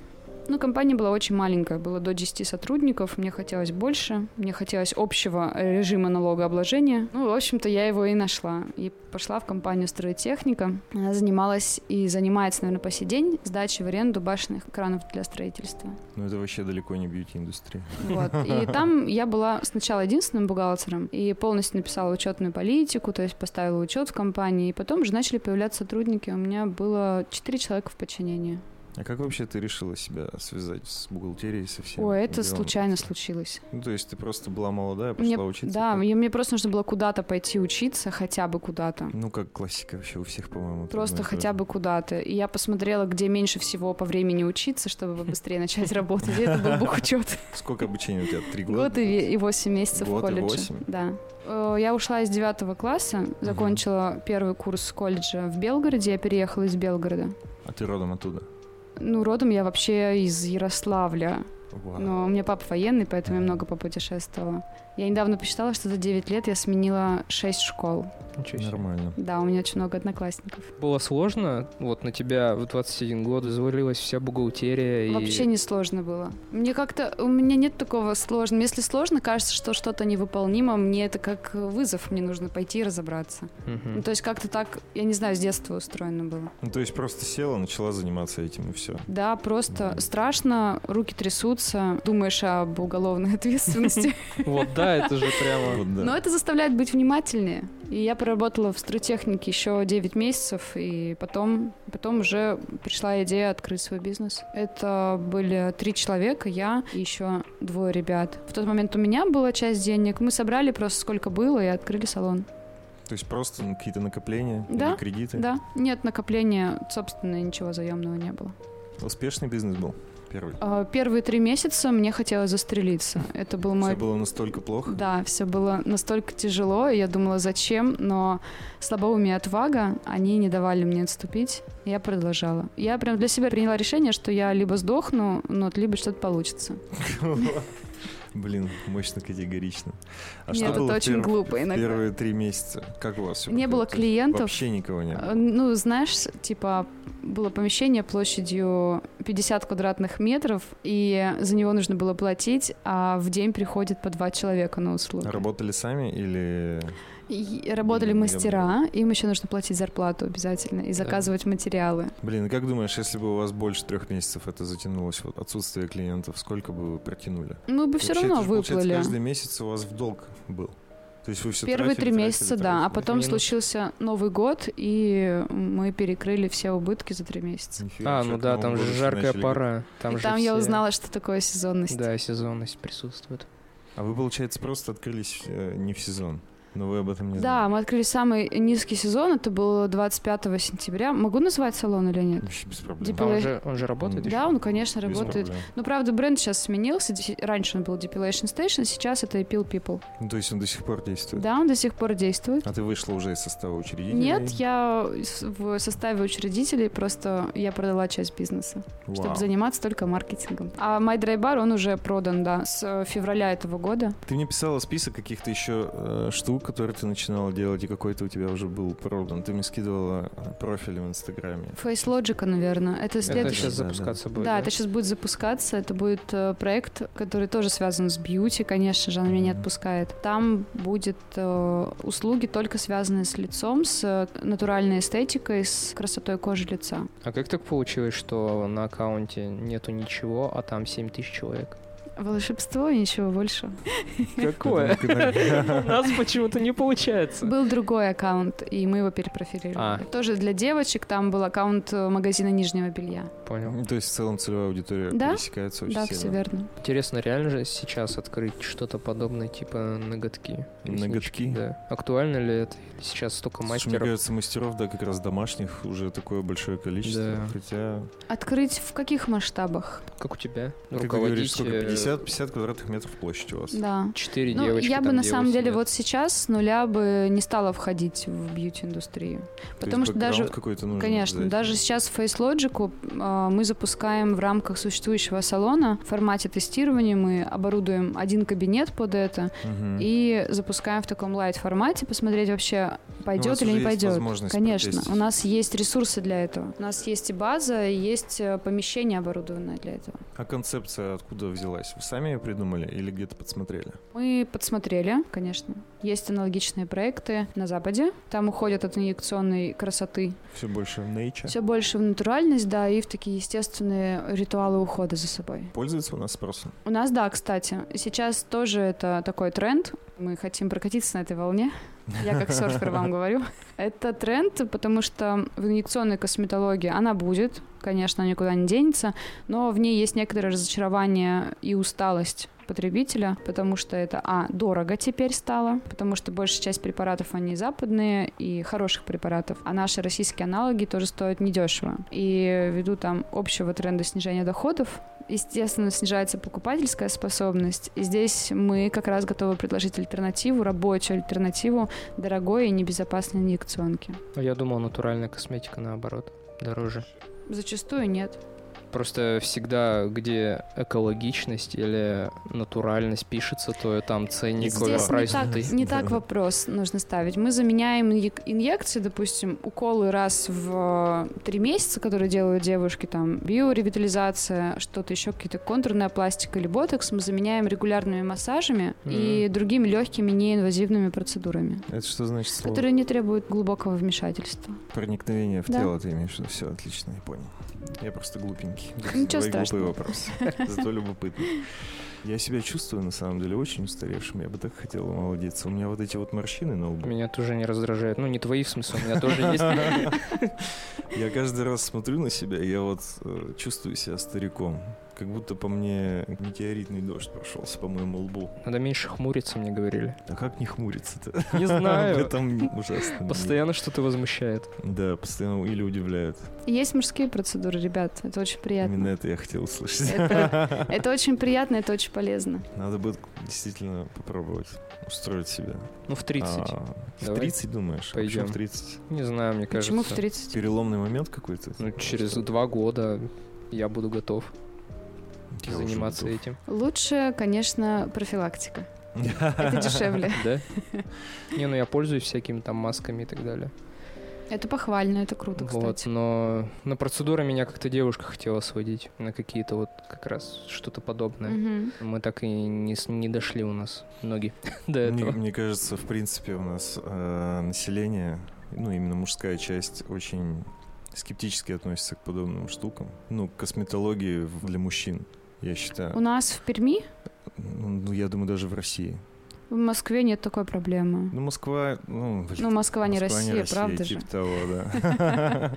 Speaker 3: Ну, компания была очень маленькая, было до 10 сотрудников, мне хотелось больше, мне хотелось общего режима налогообложения. Ну, в общем-то, я его и нашла. И пошла в компанию «Стройтехника». Она занималась и занимается, наверное, по сей день сдачей в аренду башенных кранов для строительства.
Speaker 1: Ну, это вообще далеко не бьюти-индустрия.
Speaker 3: Вот. И там я была сначала единственным бухгалтером и полностью написала учетную политику, то есть поставила учет в компании, и потом уже начали появляться сотрудники. У меня было 4 человека в подчинении.
Speaker 1: А как вообще ты решила себя связать с бухгалтерией со всем?
Speaker 3: Ой, это
Speaker 1: делом?
Speaker 3: случайно случилось.
Speaker 1: Ну, то есть ты просто была молодая, пошла
Speaker 3: Мне-
Speaker 1: учиться?
Speaker 3: да,
Speaker 1: как?
Speaker 3: мне, мне просто нужно было куда-то пойти учиться, хотя бы куда-то.
Speaker 1: Ну, как классика вообще у всех, по-моему. это
Speaker 3: Просто
Speaker 1: одно и то
Speaker 3: хотя
Speaker 1: же.
Speaker 3: бы куда-то. И я посмотрела, где меньше всего по времени учиться, чтобы быстрее начать работать. И Это был бухучет.
Speaker 1: Сколько обучения у тебя? Три года?
Speaker 3: Год и ве- и восемь месяцев в
Speaker 1: Год и
Speaker 3: колледже.
Speaker 1: восемь.
Speaker 3: Да. Э, Я ушла из девятого класса, закончила первый курс колледжа в Белгороде. Я переехала из Белгорода.
Speaker 1: А ты родом оттуда?
Speaker 3: Ну, родом я вообще из Ярославля.
Speaker 1: Вау.
Speaker 3: Но у меня папа военный, поэтому я много попутешествовала. Я недавно посчитала, что за 9 лет я сменила 6 школ.
Speaker 2: Ничего себе.
Speaker 1: Нормально.
Speaker 3: Да, у меня очень много одноклассников.
Speaker 2: Было сложно, вот на тебя в 21 год взвалилась вся бухгалтерия. и-
Speaker 3: Вообще не сложно было. Мне как-то... У меня нет такого сложного. Если сложно, кажется, что что-то невыполнимо, мне это как вызов, мне нужно пойти и разобраться.
Speaker 2: Мгм.
Speaker 3: Ну, то есть как-то так, я не знаю, с детства устроено было.
Speaker 1: Ну, то есть просто села, начала заниматься этим, и все.
Speaker 3: Да, просто
Speaker 1: Мгм.
Speaker 3: страшно, руки трясутся, думаешь об уголовной ответственности.
Speaker 2: Вот да, это же прямо...
Speaker 1: Вот да.
Speaker 3: Но это заставляет быть внимательнее. И я проработала в струтехнике еще 9 месяцев, и потом, потом уже пришла идея открыть свой бизнес. Это были три человека, я и еще двое ребят. В тот момент у меня была часть денег, мы собрали просто сколько было и открыли салон.
Speaker 1: То есть просто ну, какие-то накопления
Speaker 3: Да,
Speaker 1: или кредиты.
Speaker 3: Да, нет накопления, собственно, ничего заемного не было.
Speaker 1: Успешный бизнес был первый.
Speaker 3: А, Первые три месяца мне хотелось застрелиться. Это был мой
Speaker 1: Все было настолько плохо.
Speaker 3: Да, все было настолько тяжело, и я думала, зачем, но слабоумие и отвага, они не давали мне отступить, и я продолжала. Я прям для себя приняла решение, что я либо сдохну, но вот либо что-то получится.
Speaker 1: Блин, мощно категорично. А
Speaker 3: Нет,
Speaker 1: что
Speaker 3: это
Speaker 1: было в
Speaker 3: очень
Speaker 1: перв-
Speaker 3: глупо иногда.
Speaker 1: Первые три месяца. Как у вас все?
Speaker 3: Не было клиентов.
Speaker 1: Вообще никого не
Speaker 3: Э,
Speaker 1: было.
Speaker 3: Ну, знаешь, типа, было помещение площадью 50 квадратных метров, и за него нужно было платить, а в день приходит по два человека на услугу.
Speaker 1: Работали сами или...
Speaker 3: И работали
Speaker 1: Блин, я
Speaker 3: мастера, им еще нужно платить зарплату обязательно и
Speaker 2: Да.
Speaker 3: заказывать материалы.
Speaker 1: Блин, как думаешь, если бы у вас больше трех месяцев это затянулось, вот отсутствие клиентов, сколько бы вы протянули?
Speaker 3: Мы бы все
Speaker 1: Получается
Speaker 3: равно
Speaker 1: же, получается,
Speaker 3: выплыли.
Speaker 1: каждый месяц у вас в долг был. То есть вы все
Speaker 3: Первые три
Speaker 1: тратили, тратили,
Speaker 3: месяца, да.
Speaker 1: тратили?
Speaker 3: А потом
Speaker 2: Минус.
Speaker 3: случился Новый год, и мы перекрыли все убытки за три месяца.
Speaker 1: Нифига
Speaker 2: А,
Speaker 1: себе,
Speaker 2: ну
Speaker 1: к
Speaker 2: да,
Speaker 1: Новому
Speaker 2: там
Speaker 1: году
Speaker 2: же
Speaker 1: все
Speaker 2: жаркая
Speaker 1: начали
Speaker 2: пора. Там
Speaker 3: и
Speaker 2: же
Speaker 3: там я
Speaker 2: все-
Speaker 3: узнала, что такое сезонность.
Speaker 2: Да, сезонность присутствует.
Speaker 1: А вы, получается, просто открылись э, не в сезон. Но вы об этом не
Speaker 3: Да,
Speaker 1: знали.
Speaker 3: мы открыли самый низкий сезон, это было 25 сентября. Могу назвать салон или нет?
Speaker 1: Вообще без проблем.
Speaker 3: Дипл-
Speaker 2: А он
Speaker 3: Было-
Speaker 2: же, он же работает
Speaker 1: Да,
Speaker 2: еще?
Speaker 3: Да, он, конечно,
Speaker 1: Без
Speaker 3: работает.
Speaker 1: проблем.
Speaker 3: Ну, правда, бренд сейчас сменился. Ди- Раньше он был Depilation Station, сейчас это Appeal People.
Speaker 1: Ну, то есть он до сих пор действует.
Speaker 3: Да, он до сих пор действует.
Speaker 1: А ты вышла уже из состава учредителей?
Speaker 3: Нет, я с- в составе учредителей, просто я продала часть бизнеса,
Speaker 1: Вау.
Speaker 3: чтобы заниматься только маркетингом. А My Dry Bar, он уже продан, да, с э, февраля этого года.
Speaker 1: Ты мне писала список каких-то еще э, штук, которые ты начинала делать, и какой-то у тебя уже был продан. Ты мне скидывала э, профили в Инстаграме.
Speaker 3: Face Logic, наверное, это
Speaker 2: Это
Speaker 3: следующий.
Speaker 2: сейчас
Speaker 1: Да, да.
Speaker 2: запускаться будет.
Speaker 3: Да, это сейчас будет запускаться. Это будет э, проект, который тоже связан с бьюти, конечно же, он меня не
Speaker 1: Мгм.
Speaker 3: отпускает. Там будет э, услуги только связанные с лицом, с э, натуральной эстетикой, с красотой кожи лица.
Speaker 2: А как так получилось, что на аккаунте нету ничего, а там 7 тысяч человек?
Speaker 3: Волшебство и ничего больше.
Speaker 2: Какое?
Speaker 1: Это
Speaker 2: У нас почему-то не получается.
Speaker 3: Был другой аккаунт, и мы его
Speaker 2: А.
Speaker 3: перепрофилировали. Тоже для девочек там был аккаунт э, магазина нижнего белья.
Speaker 2: Понял.
Speaker 1: Ну, То есть в целом целевая аудитория
Speaker 3: Да?
Speaker 1: пересекается очень
Speaker 3: да, все
Speaker 1: сильно.
Speaker 3: верно.
Speaker 2: Интересно, реально же сейчас открыть что-то подобное, типа ноготки? реснички?
Speaker 1: Ноготки?
Speaker 2: Да. Актуально ли это? Или Сейчас столько
Speaker 1: Слушай, Мне
Speaker 2: мастеров.
Speaker 1: кажется, мастеров, да, как раз домашних уже такое большое количество.
Speaker 2: Да.
Speaker 1: Хотя,
Speaker 3: Открыть в каких масштабах?
Speaker 2: Как у тебя?
Speaker 1: ну, как ты говоришь,
Speaker 2: Руководить
Speaker 1: сколько?
Speaker 2: э,
Speaker 1: 50, 50 квадратных метров площадь у вас.
Speaker 3: Да.
Speaker 2: четыре
Speaker 3: Ну,
Speaker 2: девочки.
Speaker 3: я бы
Speaker 2: там,
Speaker 3: на
Speaker 2: где
Speaker 3: самом деле
Speaker 2: восемь лет.
Speaker 3: вот сейчас с нуля бы не стала входить в бьюти-индустрию.
Speaker 1: То
Speaker 3: Потому
Speaker 1: есть
Speaker 3: что даже,
Speaker 1: бэкграунд какой-то нужен
Speaker 3: конечно,
Speaker 1: обязательно.
Speaker 3: даже сейчас Face Logic э, мы запускаем в рамках существующего салона в формате тестирования. Мы оборудуем один кабинет под это
Speaker 1: Мгм. Ну,
Speaker 3: и запускаем в таком лайт-формате, посмотреть вообще,
Speaker 1: У
Speaker 3: пойдет
Speaker 1: вас
Speaker 3: или
Speaker 1: уже
Speaker 3: не
Speaker 1: есть
Speaker 3: пойдет.
Speaker 1: возможность
Speaker 3: Конечно,
Speaker 1: протестить.
Speaker 3: у нас есть ресурсы для этого. У нас есть и база, и есть э, помещение оборудованное для этого.
Speaker 1: А концепция откуда взялась? Вы сами ее придумали или где-то подсмотрели?
Speaker 3: Мы подсмотрели, конечно. Есть аналогичные проекты на Западе. Там уходят от инъекционной красоты.
Speaker 1: Все больше в nature.
Speaker 3: Все больше в натуральность, да, и в такие естественные ритуалы ухода за собой.
Speaker 1: Пользуется у нас спросом?
Speaker 3: У нас, да, кстати, сейчас тоже это такой тренд. Мы хотим прокатиться на этой волне. Я как серфер вам говорю. Это тренд, потому что в инъекционной косметологии она будет, конечно, она никуда не денется, но в ней есть некоторое разочарование и усталость потребителя, потому что это, а, дорого теперь стало, потому что большая часть препаратов, они западные и хороших препаратов, а наши российские аналоги тоже стоят недешево. И ввиду там общего тренда снижения доходов, естественно, снижается покупательская способность. И здесь мы как раз готовы предложить альтернативу, рабочую альтернативу дорогой и небезопасной инъекционки.
Speaker 2: А Я думал, натуральная косметика наоборот дороже.
Speaker 3: Зачастую нет.
Speaker 2: Просто всегда, где экологичность или натуральность пишется, то и там ценник
Speaker 1: Здесь не
Speaker 2: оверпрайснутый.
Speaker 3: так, не так вопрос нужно ставить. Мы заменяем инъек- инъекции, допустим, уколы раз в э, три месяца, которые делают девушки, там, биоревитализация, что-то еще, какие-то контурная пластика или ботокс, мы заменяем регулярными массажами и другими легкими неинвазивными процедурами,
Speaker 1: Это что значит слово?
Speaker 3: которые не требуют глубокого вмешательства.
Speaker 1: Проникновение в
Speaker 3: Да.
Speaker 1: тело ты имеешь? Все, отлично, я понял. Я просто глупенький.
Speaker 3: Ну, Ничего
Speaker 1: Твои
Speaker 3: страшного.
Speaker 1: глупые вопросы. Зато любопытный. Я себя чувствую, на самом деле, очень устаревшим. Я бы так хотел молодиться. У меня вот эти вот морщины на лбу.
Speaker 2: Меня тоже не раздражает. Ну, не твои, в смысле, у меня тоже есть.
Speaker 1: Я каждый раз смотрю на себя, и я вот э, чувствую себя стариком. Как будто по мне метеоритный дождь прошелся по моему лбу.
Speaker 2: Надо меньше хмуриться, мне говорили.
Speaker 1: А как не хмуриться-то?
Speaker 2: Не знаю.
Speaker 1: Об этом ужасно.
Speaker 2: Постоянно что-то возмущает.
Speaker 1: Да, постоянно или удивляют.
Speaker 3: Есть мужские процедуры, ребят, это очень приятно.
Speaker 1: Именно это я хотел услышать.
Speaker 3: Это, это очень приятно, это очень полезно.
Speaker 1: Надо будет действительно попробовать устроить себя.
Speaker 2: Ну, в 30.
Speaker 1: А, в
Speaker 2: Давай.
Speaker 1: 30, думаешь? А Почему
Speaker 2: Пойдем.
Speaker 1: в 30?
Speaker 2: Не знаю, мне кажется.
Speaker 3: Почему в 30?
Speaker 1: Переломный момент какой-то?
Speaker 2: Ну, через два года я буду готов
Speaker 1: Я уже
Speaker 2: заниматься
Speaker 1: готов.
Speaker 2: этим.
Speaker 3: Лучше, конечно, профилактика. Это дешевле.
Speaker 2: Да? Не, ну я пользуюсь всякими там масками и так далее.
Speaker 3: Это похвально, это круто,
Speaker 2: Вот,
Speaker 3: Ну, кстати.
Speaker 2: но на процедуры меня как-то девушка хотела сводить. На какие-то вот как раз что-то подобное.
Speaker 3: Мгм.
Speaker 2: Мы так и не, с- не дошли у нас ноги до
Speaker 1: Мне,
Speaker 2: этого.
Speaker 1: мне кажется, в принципе, у нас э, население, ну, именно мужская часть, очень скептически относится к подобным штукам. Ну, к косметологии в- для мужчин, я считаю.
Speaker 3: У нас в Перми
Speaker 1: Ну, я думаю, даже в России.
Speaker 3: В Москве нет такой проблемы.
Speaker 1: Ну, Москва... Ну, блин,
Speaker 3: Ну, Москва не
Speaker 1: Москва,
Speaker 3: Россия, правда же?
Speaker 1: типа того, да.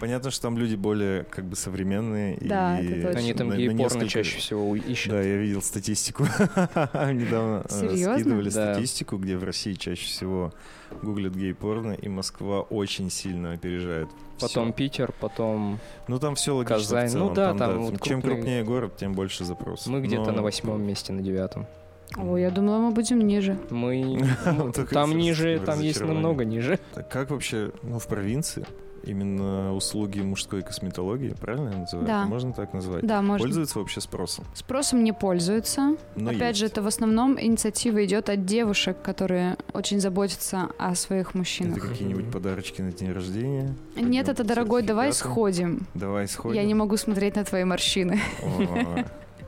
Speaker 1: Понятно, что там люди более как бы современные. и
Speaker 3: Да, это точно.
Speaker 2: Они там
Speaker 1: на- на
Speaker 2: гей-порно
Speaker 1: несколько-
Speaker 2: чаще всего у- ищут.
Speaker 1: Да, я видел статистику. Недавно э,
Speaker 3: Серьезно?
Speaker 1: скидывали
Speaker 2: Да.
Speaker 1: статистику, где в России чаще всего гуглят гей-порно, и Москва очень сильно опережает. всё.
Speaker 2: Потом Питер, потом
Speaker 1: Ну, там все логично. в
Speaker 2: Казань. Ну
Speaker 1: целом,
Speaker 2: да, там вот
Speaker 1: Чем
Speaker 2: крупные-
Speaker 1: крупнее город, тем больше запрос.
Speaker 2: мы где-то
Speaker 1: Но-
Speaker 2: на восьмом месте, на девятом.
Speaker 3: О, я думала, мы будем ниже.
Speaker 2: Мы
Speaker 1: Вот такое
Speaker 2: там
Speaker 1: Ну, всё
Speaker 2: ниже, там есть
Speaker 1: разочарование.
Speaker 2: намного ниже.
Speaker 1: Так Как вообще, ну, в провинции именно услуги мужской косметологии, правильно я называю?
Speaker 3: Да.
Speaker 1: Можно так назвать?
Speaker 3: Да, можно.
Speaker 1: Пользуются вообще спросом?
Speaker 3: Спросом не пользуются.
Speaker 1: Но
Speaker 3: Опять же,
Speaker 1: есть.
Speaker 3: это в основном инициатива идет от девушек, которые очень заботятся о своих мужчинах.
Speaker 1: Это какие-нибудь
Speaker 2: Мгм.
Speaker 1: подарочки на день рождения?
Speaker 3: Нет, это дорогой, давай
Speaker 1: сертификаты.
Speaker 3: сходим.
Speaker 1: Давай сходим.
Speaker 3: Я не могу смотреть на твои морщины.
Speaker 1: О,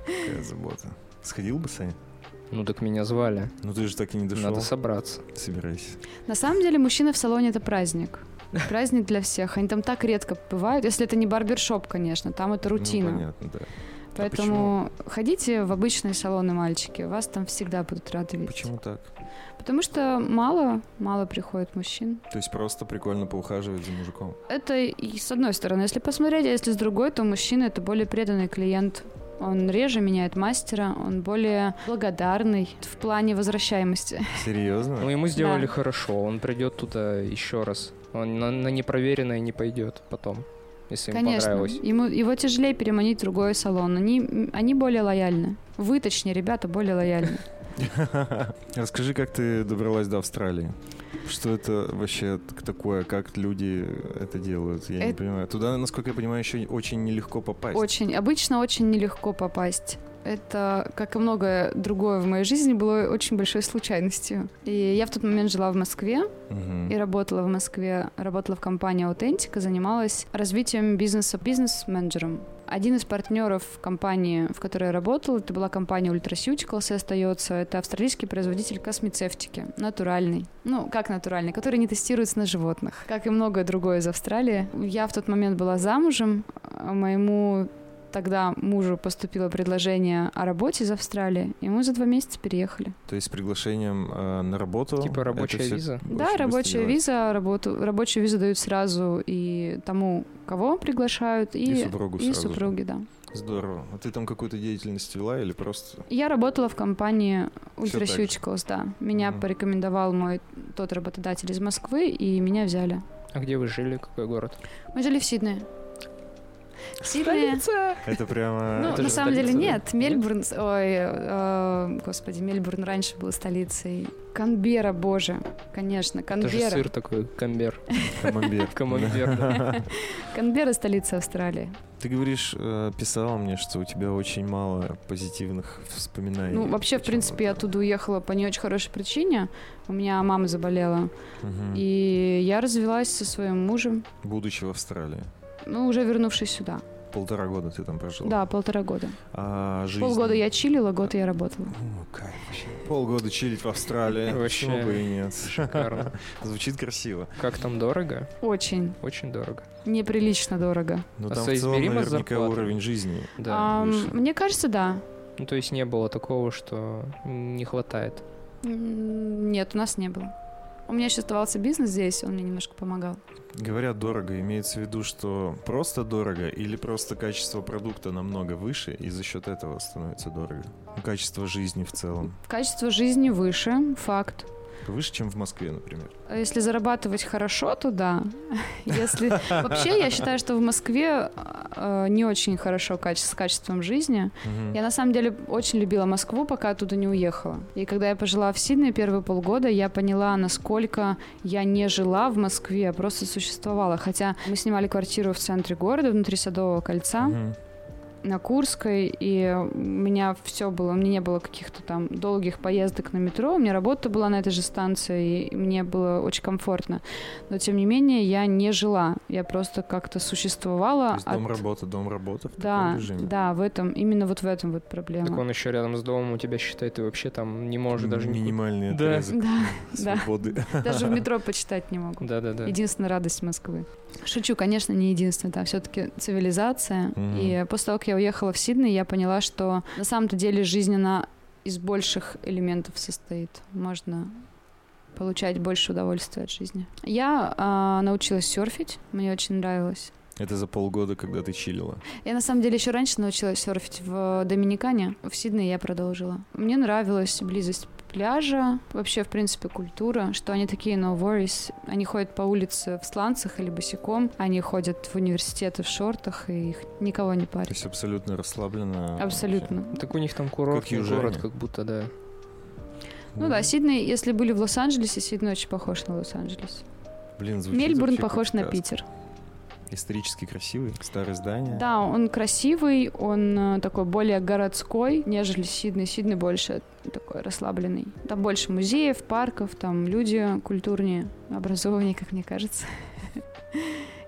Speaker 1: Какая забота. Сходил бы, Саня?
Speaker 2: Ну так меня звали.
Speaker 1: Ну ты же так и не дошел.
Speaker 2: Надо собраться.
Speaker 1: Собирайся.
Speaker 3: На самом деле, мужчина в салоне это праздник. Праздник для всех. Они там так редко бывают, если это не барбершоп, конечно, там это
Speaker 1: Ну,
Speaker 3: рутина.
Speaker 1: понятно, А да.
Speaker 3: Поэтому ходите в обычные салоны, мальчики, вас там всегда будут рады видеть.
Speaker 1: Почему так?
Speaker 3: Потому что мало, мало приходит мужчин.
Speaker 1: То есть просто прикольно поухаживать за мужиком.
Speaker 3: Это и с одной стороны, если посмотреть, а если с другой, то мужчина это более преданный клиент. Он реже меняет мастера, он более благодарный в плане возвращаемости.
Speaker 2: Ну
Speaker 1: Серьезно?
Speaker 2: ему сделали
Speaker 3: Да.
Speaker 2: хорошо, он придет туда еще раз. Он на, на непроверенное не пойдет потом, если ему
Speaker 3: Конечно,
Speaker 2: понравилось.
Speaker 3: ему, его тяжелее переманить в другой салон. Они, они более лояльны. Вы, точнее, ребята, более лояльны.
Speaker 1: Расскажи, как ты добралась до Австралии? Что это вообще т- такое? Как люди это делают? Я не
Speaker 3: Это-
Speaker 1: понимаю. Туда, насколько я понимаю, еще очень нелегко попасть.
Speaker 3: Очень, обычно очень нелегко попасть. Это, как и многое другое в моей жизни, было очень большой случайностью. И я в тот момент жила в Москве,
Speaker 1: Мгм.
Speaker 3: и работала в Москве, работала в компании Аутентика, занималась развитием бизнеса бизнес-менеджером. Один из партнеров компании, в которой я работала, это была компания Ultraceuticals и остается. Это австралийский производитель космецевтики, натуральный. Ну, как натуральный, который не тестируется на животных, как и многое другое из Австралии. Я в тот момент была замужем, а моему тогда мужу поступило предложение о работе из Австралии, и мы за два месяца переехали.
Speaker 1: То есть с приглашением э, на работу.
Speaker 2: Типа
Speaker 1: это
Speaker 2: рабочая
Speaker 1: всё
Speaker 2: виза?
Speaker 1: очень
Speaker 3: Да,
Speaker 1: быстро
Speaker 3: рабочая
Speaker 1: делается.
Speaker 3: виза, работу, рабочую визу дают сразу и тому, кого приглашают,
Speaker 1: И,
Speaker 3: и,
Speaker 1: супругу
Speaker 3: и
Speaker 1: сразу же.
Speaker 3: супруги, да.
Speaker 1: Здорово. А ты там какую-то деятельность вела или просто
Speaker 3: Я работала в компании
Speaker 1: Всё так же.
Speaker 3: Ultraceuticals, да. Меня
Speaker 1: Мгм.
Speaker 3: порекомендовал мой тот работодатель из Москвы, и меня взяли.
Speaker 2: А где вы жили? Какой город?
Speaker 3: Мы жили в Сиднее. Сиднее.
Speaker 1: А, Это
Speaker 3: Ну,
Speaker 1: прямо...
Speaker 2: это
Speaker 3: на
Speaker 2: же
Speaker 3: самом деле
Speaker 2: столица, да?
Speaker 3: нет. Мельбурн, с- ой, э, господи, Мельбурн раньше был столицей. Канбера, боже, конечно,
Speaker 2: Это же
Speaker 3: Канбера.
Speaker 2: сыр такой, камбер.
Speaker 1: Камамбер.
Speaker 2: Камамбер,
Speaker 3: Канбера столица Австралии.
Speaker 1: Ты говоришь, э, писала мне, что у тебя очень мало позитивных вспоминаний.
Speaker 3: Ну, вообще, в
Speaker 1: почему-то.
Speaker 3: принципе, я оттуда уехала по не очень хорошей причине. У меня мама заболела.
Speaker 1: Мгм.
Speaker 3: И я развелась со своим мужем,
Speaker 1: Будучи в Австралии.
Speaker 3: ну, уже вернувшись сюда.
Speaker 1: Полтора года ты там прожила.
Speaker 3: Да, полтора года.
Speaker 1: А жизнь...
Speaker 3: Полгода я чилила, год я работала.
Speaker 1: Ну, кайф вообще. Полгода чилить в Австралии.
Speaker 2: Вообще.
Speaker 1: Почему бы и нет?
Speaker 2: Шикарно.
Speaker 1: Звучит красиво.
Speaker 2: Как там дорого?
Speaker 3: Очень
Speaker 2: Очень дорого.
Speaker 3: неприлично дорого.
Speaker 1: Но
Speaker 2: А
Speaker 1: там в целом
Speaker 2: соизмеримо с
Speaker 1: наверняка
Speaker 2: зарплатой?
Speaker 1: уровень жизни.
Speaker 2: Да.
Speaker 3: Ам,
Speaker 1: выше.
Speaker 3: мне кажется, да.
Speaker 2: Ну, то есть не было такого, что не хватает.
Speaker 3: М, Нет, у нас не было. У меня еще оставался бизнес здесь, он мне немножко помогал.
Speaker 1: Говорят дорого, имеется в виду, что просто дорого или просто качество продукта намного выше и за счет этого становится дорого. Ну, Качество жизни в целом.
Speaker 3: Качество жизни выше, факт.
Speaker 1: Выше, чем в Москве, например.
Speaker 3: А Если зарабатывать хорошо, то да. Если вообще я считаю, что в Москве э, не очень хорошо каче- с качеством жизни. Я на самом деле очень любила Москву, пока оттуда не уехала. И когда я пожила в Сиднее первые полгода, я поняла, насколько я не жила в Москве, а просто существовала. Хотя мы снимали квартиру в центре города, внутри Садового кольца
Speaker 1: Мгм.
Speaker 3: на Курской, и у меня все было, у меня не было каких-то там долгих поездок на метро, у меня работа была на этой же станции, и мне было очень комфортно. Но, тем не менее, я не жила, я просто как-то существовала.
Speaker 1: То есть дом
Speaker 3: А, от-
Speaker 1: работа, дом работа в таком
Speaker 3: Да,
Speaker 1: режиме.
Speaker 3: да, в этом, именно вот в этом вот проблема.
Speaker 2: Так он еще рядом с домом у тебя считает, ты вообще там не можешь даже... никуда-
Speaker 1: Минимальный
Speaker 2: Да.
Speaker 1: отрезок
Speaker 3: Да, да.
Speaker 1: свободы.
Speaker 3: даже в метро почитать не могу.
Speaker 2: Да-да-да.
Speaker 3: Единственная радость Москвы. Шучу, конечно, не единственная, там все-таки цивилизация.
Speaker 1: Мгм.
Speaker 3: И после того, как я уехала в Сидней, я поняла, что на самом-то деле жизнь, она из больших элементов состоит. Можно получать больше удовольствия от жизни. Я а, научилась серфить, мне очень нравилось.
Speaker 1: Это за полгода, когда ты чилила.
Speaker 3: Я на самом деле еще раньше научилась серфить в э, Доминикане. В Сиднее я продолжила. Мне нравилась близость пляжа, вообще, в принципе, культура, что они такие no worries. Они ходят по улице в сланцах или босиком, они ходят в университеты в шортах, и их никого не
Speaker 1: То
Speaker 3: парят.
Speaker 1: есть абсолютно расслабленно.
Speaker 3: Абсолютно.
Speaker 2: Так у них там курортный
Speaker 1: южане.
Speaker 2: город, как будто, да.
Speaker 3: Ну да, Сидней, если были в Лос-Анджелесе, Сидней очень похож на Лос-Анджелес.
Speaker 1: Блин, звучит
Speaker 3: Мельбурн
Speaker 1: вообще как
Speaker 3: похож на
Speaker 1: сказка.
Speaker 3: Питер.
Speaker 1: Исторически красивый, старое здание.
Speaker 3: Да, он красивый, он э, такой более городской, нежели Сидней. Сидней больше такой расслабленный. Там больше музеев, парков, там люди культурнее, образованнее, как мне кажется.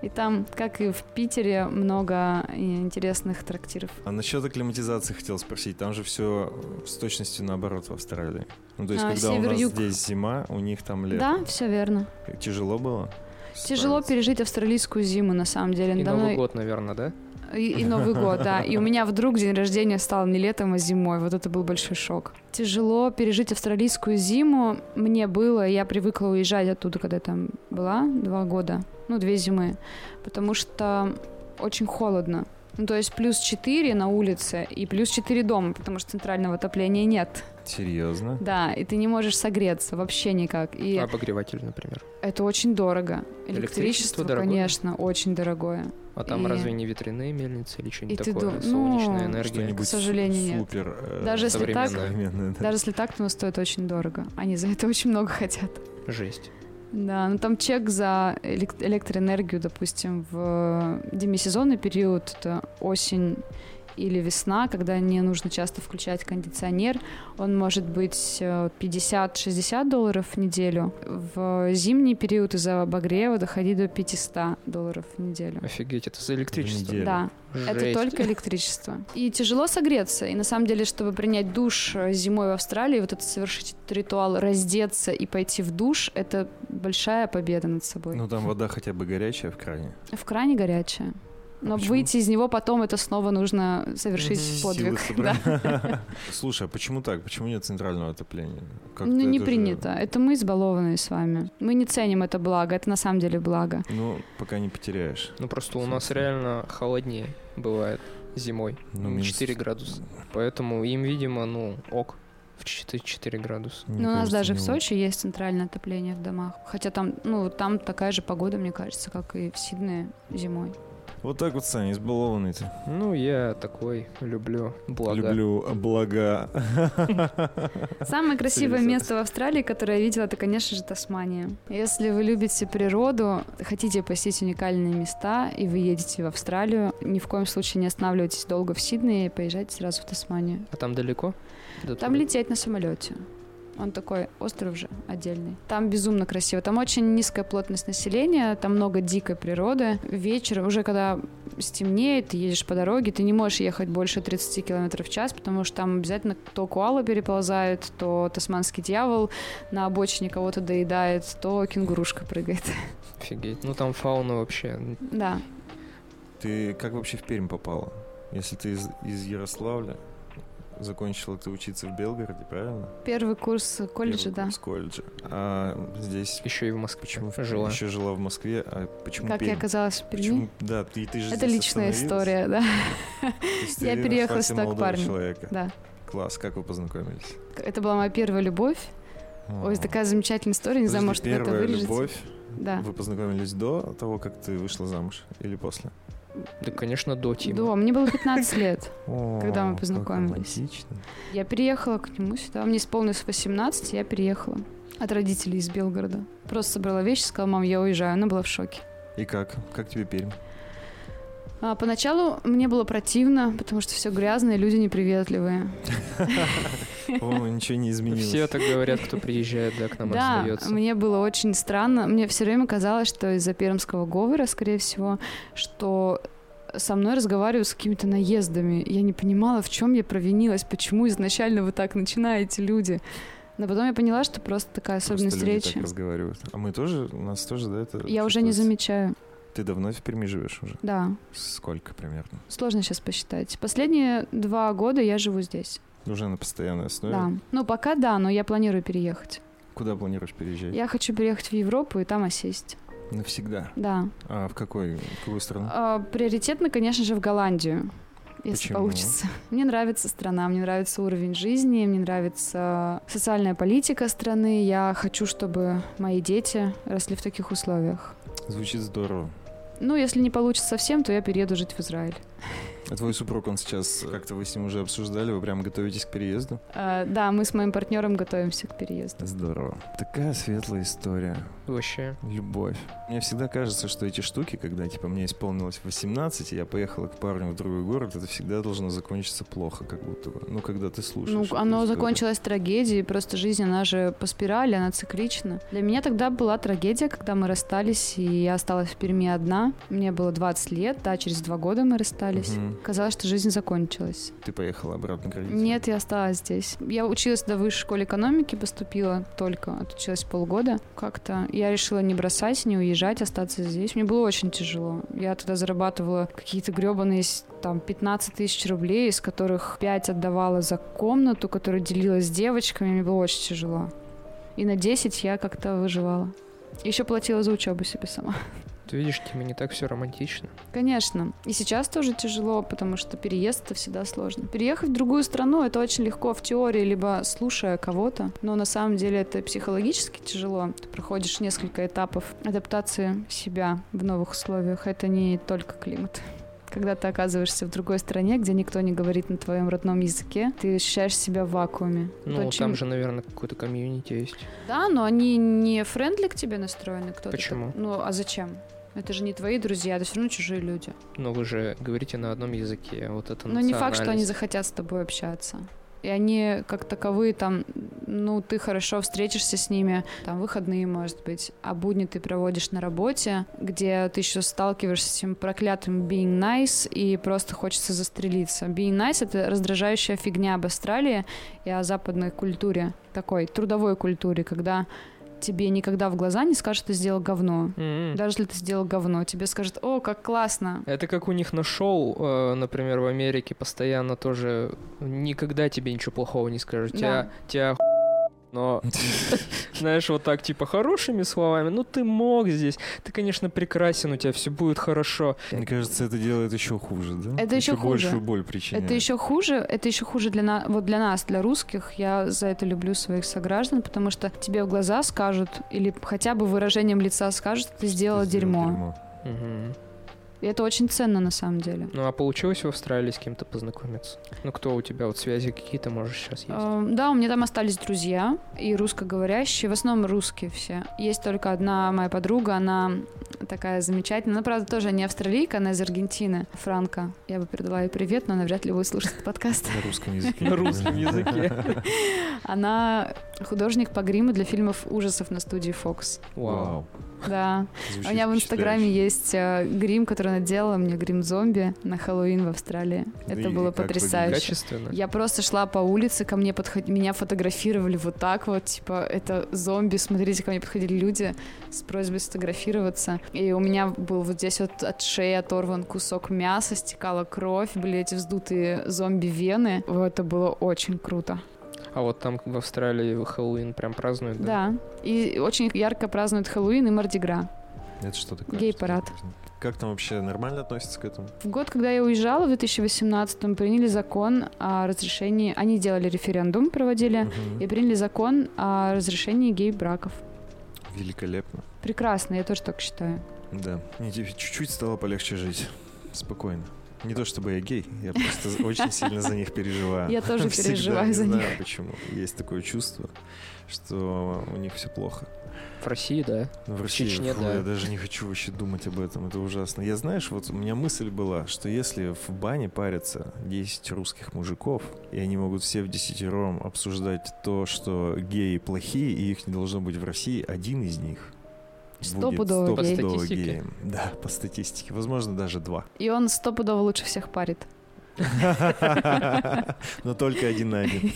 Speaker 3: И там, как и в Питере, много э, интересных трактиров.
Speaker 1: А насчет акклиматизации хотел спросить. Там же все с точностью наоборот в Австралии. Ну, то есть,
Speaker 3: А,
Speaker 1: когда у нас
Speaker 3: север-юг.
Speaker 1: здесь зима, у них там лето.
Speaker 3: Да, все верно.
Speaker 1: Тяжело было?
Speaker 3: Тяжело
Speaker 1: справиться?
Speaker 3: пережить австралийскую зиму, на самом деле.
Speaker 2: И
Speaker 3: Надо
Speaker 2: Новый
Speaker 3: мной-
Speaker 2: год, наверное, да?
Speaker 3: И, и Новый год, да. И у меня вдруг день рождения стал не летом, а зимой. Вот это был большой шок. Тяжело пережить австралийскую зиму. Мне было, я привыкла уезжать оттуда, когда я там была, два года. Ну, две зимы. Потому что очень холодно. Ну, то есть плюс 4 на улице и плюс 4 дома, потому что центрального отопления нет.
Speaker 1: Серьезно?
Speaker 3: Да, и ты не можешь согреться вообще никак. И
Speaker 2: Обогреватель, например.
Speaker 3: это очень дорого.
Speaker 2: А Электричество
Speaker 3: Электричество,
Speaker 2: дорогое?
Speaker 3: конечно, очень дорогое.
Speaker 2: А там
Speaker 3: И-
Speaker 2: разве не ветряные мельницы или
Speaker 3: И
Speaker 2: что-нибудь
Speaker 3: ты
Speaker 2: такое?
Speaker 3: дум-
Speaker 2: Солнечная
Speaker 3: ну,
Speaker 2: энергия.
Speaker 1: Что-нибудь
Speaker 3: К сожалению, нет.
Speaker 1: супер. э,
Speaker 3: Даже если
Speaker 2: так-
Speaker 1: современное, да.
Speaker 3: Даже если так, то оно стоит очень дорого. Они за это очень много хотят.
Speaker 2: Жесть.
Speaker 3: Да, ну там чек за элек- электроэнергию, допустим, в э, демисезонный период, это осень или весна, когда не нужно часто включать кондиционер, он может быть э, 50-60 долларов в неделю. В зимний период из-за обогрева доходить до 500 долларов в неделю.
Speaker 2: Офигеть, это за электричество.
Speaker 1: неделю.
Speaker 3: Да. Это
Speaker 2: Жесть.
Speaker 3: только электричество. И тяжело согреться. И на самом деле, чтобы принять душ э, зимой в Австралии, вот это совершить этот ритуал, раздеться и пойти в душ, это большая победа над собой.
Speaker 1: Ну, там вода хотя бы горячая в кране.
Speaker 3: В кране горячая. Но
Speaker 1: А Почему?
Speaker 3: выйти из него потом это снова нужно совершить
Speaker 2: Мгм.
Speaker 3: подвиг.
Speaker 1: Силы
Speaker 3: да.
Speaker 1: собрать. Слушай, а почему так? Почему нет центрального отопления? Как-то
Speaker 3: Ну,
Speaker 1: это
Speaker 3: не
Speaker 1: же-
Speaker 3: принято. Это мы избалованные с вами. Мы не ценим это благо. Это на самом деле благо.
Speaker 1: Ну, пока не потеряешь.
Speaker 2: Ну просто у нас
Speaker 1: Собственно.
Speaker 2: реально холоднее бывает зимой.
Speaker 1: Ну,
Speaker 2: Ну,
Speaker 1: минус-
Speaker 2: 4 градуса. Поэтому им, видимо, ну, ок. В 4, градуса.
Speaker 1: Мне
Speaker 3: Но Ну, у нас
Speaker 1: кажется,
Speaker 3: даже в
Speaker 1: не
Speaker 3: Сочи есть центральное отопление в домах. Хотя там, ну, там такая же погода, мне кажется, как и в Сиднее зимой.
Speaker 1: Вот так вот, Саня, избалованный ты.
Speaker 2: Ну, я такой люблю. Благо.
Speaker 1: Люблю блага.
Speaker 3: Самое красивое
Speaker 1: Цивилизация.
Speaker 3: место в Австралии, которое я видела, это, конечно же, Тасмания. Если вы любите природу, хотите посетить уникальные места, и вы едете в Австралию, ни в коем случае не останавливайтесь долго в Сиднее и поезжайте сразу в Тасманию.
Speaker 2: А там далеко? Да
Speaker 3: Там
Speaker 2: туда.
Speaker 3: лететь на самолете. Он такой остров же отдельный. Там безумно красиво. Там очень низкая плотность населения, там много дикой природы. Вечером, уже когда стемнеет, ты едешь по дороге, ты не можешь ехать больше 30 км в час, потому что там обязательно то куала переползает, то тасманский дьявол на обочине кого-то доедает, то кенгурушка прыгает.
Speaker 2: Офигеть. Ну, там фауна вообще.
Speaker 3: Да.
Speaker 1: Ты как вообще в Пермь попала? Если ты из, из Ярославля, закончила ты учиться в Белгороде, правильно?
Speaker 3: Первый курс колледжа,
Speaker 1: Первый
Speaker 3: да.
Speaker 1: курс колледжа. А здесь
Speaker 2: Еще и в Москве
Speaker 1: почему в-
Speaker 2: жила.
Speaker 1: еще жила в Москве, а почему
Speaker 3: Как я
Speaker 1: Пермь?
Speaker 3: оказалась в Перми.
Speaker 1: Почему? Да, ты, ты же
Speaker 3: Это
Speaker 1: здесь
Speaker 3: личная
Speaker 1: остановилась.
Speaker 3: история, да.
Speaker 1: То есть ты
Speaker 3: Я
Speaker 1: нашла
Speaker 3: переехала
Speaker 1: себе
Speaker 3: сюда к
Speaker 1: молодого
Speaker 3: парню.
Speaker 1: человека.
Speaker 3: Да.
Speaker 1: Класс, как вы познакомились?
Speaker 3: Это была моя первая любовь. Ой,
Speaker 1: А.
Speaker 3: такая замечательная история, не знаю,
Speaker 1: Подожди,
Speaker 3: может, вы это
Speaker 1: первая
Speaker 3: вырежете.
Speaker 1: любовь.
Speaker 3: Да.
Speaker 1: Вы познакомились до того, как ты вышла замуж? Или после?
Speaker 2: Да, конечно, до Тима.
Speaker 3: Да, мне было 15 лет. Когда мы
Speaker 1: О, как
Speaker 3: познакомились.
Speaker 1: романтично.
Speaker 3: Я переехала к нему сюда. Мне исполнилось 18, я переехала. От родителей из Белгорода. Просто собрала вещи, сказала, мам, я уезжаю. Она была в шоке.
Speaker 1: И как? Как тебе Пермь?
Speaker 3: А, поначалу мне было противно, потому что все грязно и люди неприветливые.
Speaker 1: По-моему, ничего не изменилось.
Speaker 2: Все так говорят, кто приезжает, да, к нам
Speaker 3: да,
Speaker 2: остается.
Speaker 3: мне было очень странно. Мне все время казалось, что из-за пермского говора, скорее всего, что со мной разговаривают с какими-то наездами. Я не понимала, в чем я провинилась, почему изначально вы так начинаете, люди. Но потом я поняла, что просто такая
Speaker 1: Просто
Speaker 3: особенность
Speaker 1: люди
Speaker 3: речи.
Speaker 1: так разговаривают. А мы тоже, у нас тоже, да, это...
Speaker 3: Я уже не
Speaker 1: чувствуется?
Speaker 3: замечаю.
Speaker 1: Ты давно в Перми живешь уже?
Speaker 3: Да.
Speaker 1: Сколько примерно?
Speaker 3: Сложно сейчас посчитать. Последние два года я живу здесь.
Speaker 1: Уже на постоянной основе.
Speaker 3: Да. Ну, пока да, но я планирую переехать.
Speaker 1: Куда планируешь переезжать?
Speaker 3: Я хочу переехать в Европу и там осесть.
Speaker 1: Навсегда.
Speaker 3: Да.
Speaker 1: А в какой, в какую страну?
Speaker 3: А, приоритетно, конечно же, в Голландию. Если
Speaker 1: Почему?
Speaker 3: получится. Мне нравится страна, мне нравится уровень жизни, мне нравится социальная политика страны. Я хочу, чтобы мои дети росли в таких условиях.
Speaker 1: Звучит здорово.
Speaker 3: Ну, если не получится совсем, то я перееду жить в Израиль.
Speaker 1: А твой супруг, он сейчас, как-то вы с ним уже обсуждали, вы прям готовитесь к переезду?
Speaker 3: А, да, мы с моим партнером готовимся к переезду.
Speaker 1: Здорово. Такая светлая история.
Speaker 2: Вообще.
Speaker 1: Любовь. Мне всегда кажется, что эти штуки, когда, типа, мне исполнилось 18, и я поехала к парню в другой город, это всегда должно закончиться плохо, как будто бы. Ну, когда ты слушаешь.
Speaker 3: Ну,
Speaker 1: эту
Speaker 3: оно
Speaker 1: историю.
Speaker 3: закончилось трагедией, просто жизнь, она же по спирали, она циклична. Для меня тогда была трагедия, когда мы расстались, и я осталась в Перми одна. Мне было 20 лет, да, через два года мы расстались.
Speaker 1: Мгм.
Speaker 3: Казалось, что жизнь закончилась.
Speaker 1: Ты поехала обратно к родителям?
Speaker 3: Нет, я осталась здесь. Я училась до высшей школы экономики, поступила только, отучилась полгода. Как-то я решила не бросать, не уезжать, остаться здесь. Мне было очень тяжело. Я тогда зарабатывала какие-то гребаные там 15 тысяч рублей, из которых 5 отдавала за комнату, которую делила с девочками. Мне было очень тяжело. И на 10 я как-то выживала. Еще платила за учебу себе сама.
Speaker 2: Ты видишь, тебе не так все романтично.
Speaker 3: Конечно. И сейчас тоже тяжело, потому что переезд это всегда сложно. Переехать в другую страну это очень легко в теории, либо слушая кого-то, но на самом деле это психологически тяжело. Ты проходишь несколько этапов адаптации себя в новых условиях. Это не только климат. Когда ты оказываешься в другой стране, где никто не говорит на твоем родном языке, ты ощущаешь себя в вакууме. Это
Speaker 2: Ну,
Speaker 3: очень-
Speaker 2: там же, наверное, какое-то комьюнити есть.
Speaker 3: Да, но они не френдли к тебе настроены кто-то.
Speaker 2: Почему?
Speaker 3: Ну, а зачем? Это же не твои друзья, это все равно чужие люди.
Speaker 2: Но Ну, вы же говорите на одном языке. а Вот это
Speaker 3: Но Ну, не факт, что они
Speaker 2: национальность.
Speaker 3: захотят с тобой общаться. И они как таковые там, ну, ты хорошо встретишься с ними, там, выходные, может быть, а будни ты проводишь на работе, где ты еще сталкиваешься с этим проклятым being nice, и просто хочется застрелиться. Being nice — это раздражающая фигня об Австралии и о западной культуре, такой трудовой культуре, когда тебе никогда в глаза не скажут, ты сделал говно.
Speaker 2: М-м.
Speaker 3: Даже если ты сделал говно, тебе скажут, о, как классно,
Speaker 2: Это как у них на шоу, э, например, в Америке постоянно тоже никогда тебе ничего плохого не скажут.
Speaker 3: Да.
Speaker 2: Тебя, тебя оху- но, знаешь, вот так, типа, хорошими словами, ну ты мог здесь, ты, конечно, прекрасен, у тебя все будет хорошо.
Speaker 1: Мне кажется, это делает еще хуже, да?
Speaker 3: Это ещё хуже.
Speaker 1: большую боль причиняет.
Speaker 3: Это еще хуже, это еще хуже для нас, вот для нас, для русских. Я за это люблю своих сограждан, потому что тебе в глаза скажут или хотя бы выражением лица скажут, ты сделала
Speaker 1: Ты сделал
Speaker 3: дерьмо.
Speaker 2: Мгм.
Speaker 3: И это очень ценно на самом деле.
Speaker 2: Ну а получилось в Австралии с кем-то познакомиться? Ну кто у тебя, вот связи какие-то, можешь сейчас есть?
Speaker 3: Эм, Да, у меня там остались друзья и русскоговорящие, в основном русские все. Есть только одна моя подруга, она такая замечательная. Она, правда, тоже не австралийка, она из Аргентины, Франко. Я бы передала ей привет, но она вряд ли будет слушать этот подкаст.
Speaker 1: На русском языке.
Speaker 2: На русском языке.
Speaker 3: Она художник по гриму для фильмов ужасов на студии Fox.
Speaker 2: Вау.
Speaker 3: Да,
Speaker 1: Звучит
Speaker 3: У меня в Инстаграме
Speaker 1: впечатляюще.
Speaker 3: есть э, грим, который она делала мне, грим-зомби на Хэллоуин в Австралии.
Speaker 1: Да
Speaker 3: Это
Speaker 1: и
Speaker 3: было
Speaker 1: как
Speaker 3: потрясающе.
Speaker 2: Качественно.
Speaker 3: Я просто шла по улице, ко мне подход... меня фотографировали вот так вот, типа, это зомби, смотрите, ко мне подходили люди с просьбой сфотографироваться. И у меня был вот здесь вот от шеи оторван кусок мяса, стекала кровь, были эти вздутые зомби-вены. Вот, Это было очень круто.
Speaker 2: А вот там в Австралии Хэллоуин прям празднуют, да?
Speaker 3: Да. И очень ярко празднуют Хэллоуин и Мардигра.
Speaker 1: Это что такое?
Speaker 3: Гей-парад.
Speaker 1: Как там вообще нормально относятся к этому?
Speaker 3: В год, когда я уезжала, в 2018-м, приняли закон о разрешении... Они делали референдум, проводили,
Speaker 1: Мгм.
Speaker 3: и приняли закон о разрешении гей-браков.
Speaker 1: Великолепно.
Speaker 3: Прекрасно, я тоже так считаю.
Speaker 1: Да. Мне теперь чуть-чуть стало полегче жить. Спокойно. Не то чтобы я гей, я просто очень сильно за них переживаю.
Speaker 3: Я тоже
Speaker 1: А, Всегда,
Speaker 3: переживаю
Speaker 1: не
Speaker 3: за
Speaker 1: знаю,
Speaker 3: них.
Speaker 1: почему. Есть такое чувство, что у них все плохо.
Speaker 2: В России, да.
Speaker 1: Но в России,
Speaker 2: Чечне,
Speaker 1: фу,
Speaker 2: да.
Speaker 1: я даже не хочу вообще думать об этом, это ужасно. Я, знаешь, вот у меня мысль была, что если в бане парятся 10 русских мужиков, и они могут все в десятером обсуждать то, что геи плохие, и их не должно быть в России, один из них будет
Speaker 3: Стопудово гей.
Speaker 2: По
Speaker 1: стопудово
Speaker 2: статистике?
Speaker 1: геем. Да, по статистике. Возможно, даже два.
Speaker 3: И он стопудово лучше всех парит.
Speaker 1: Но только один на один.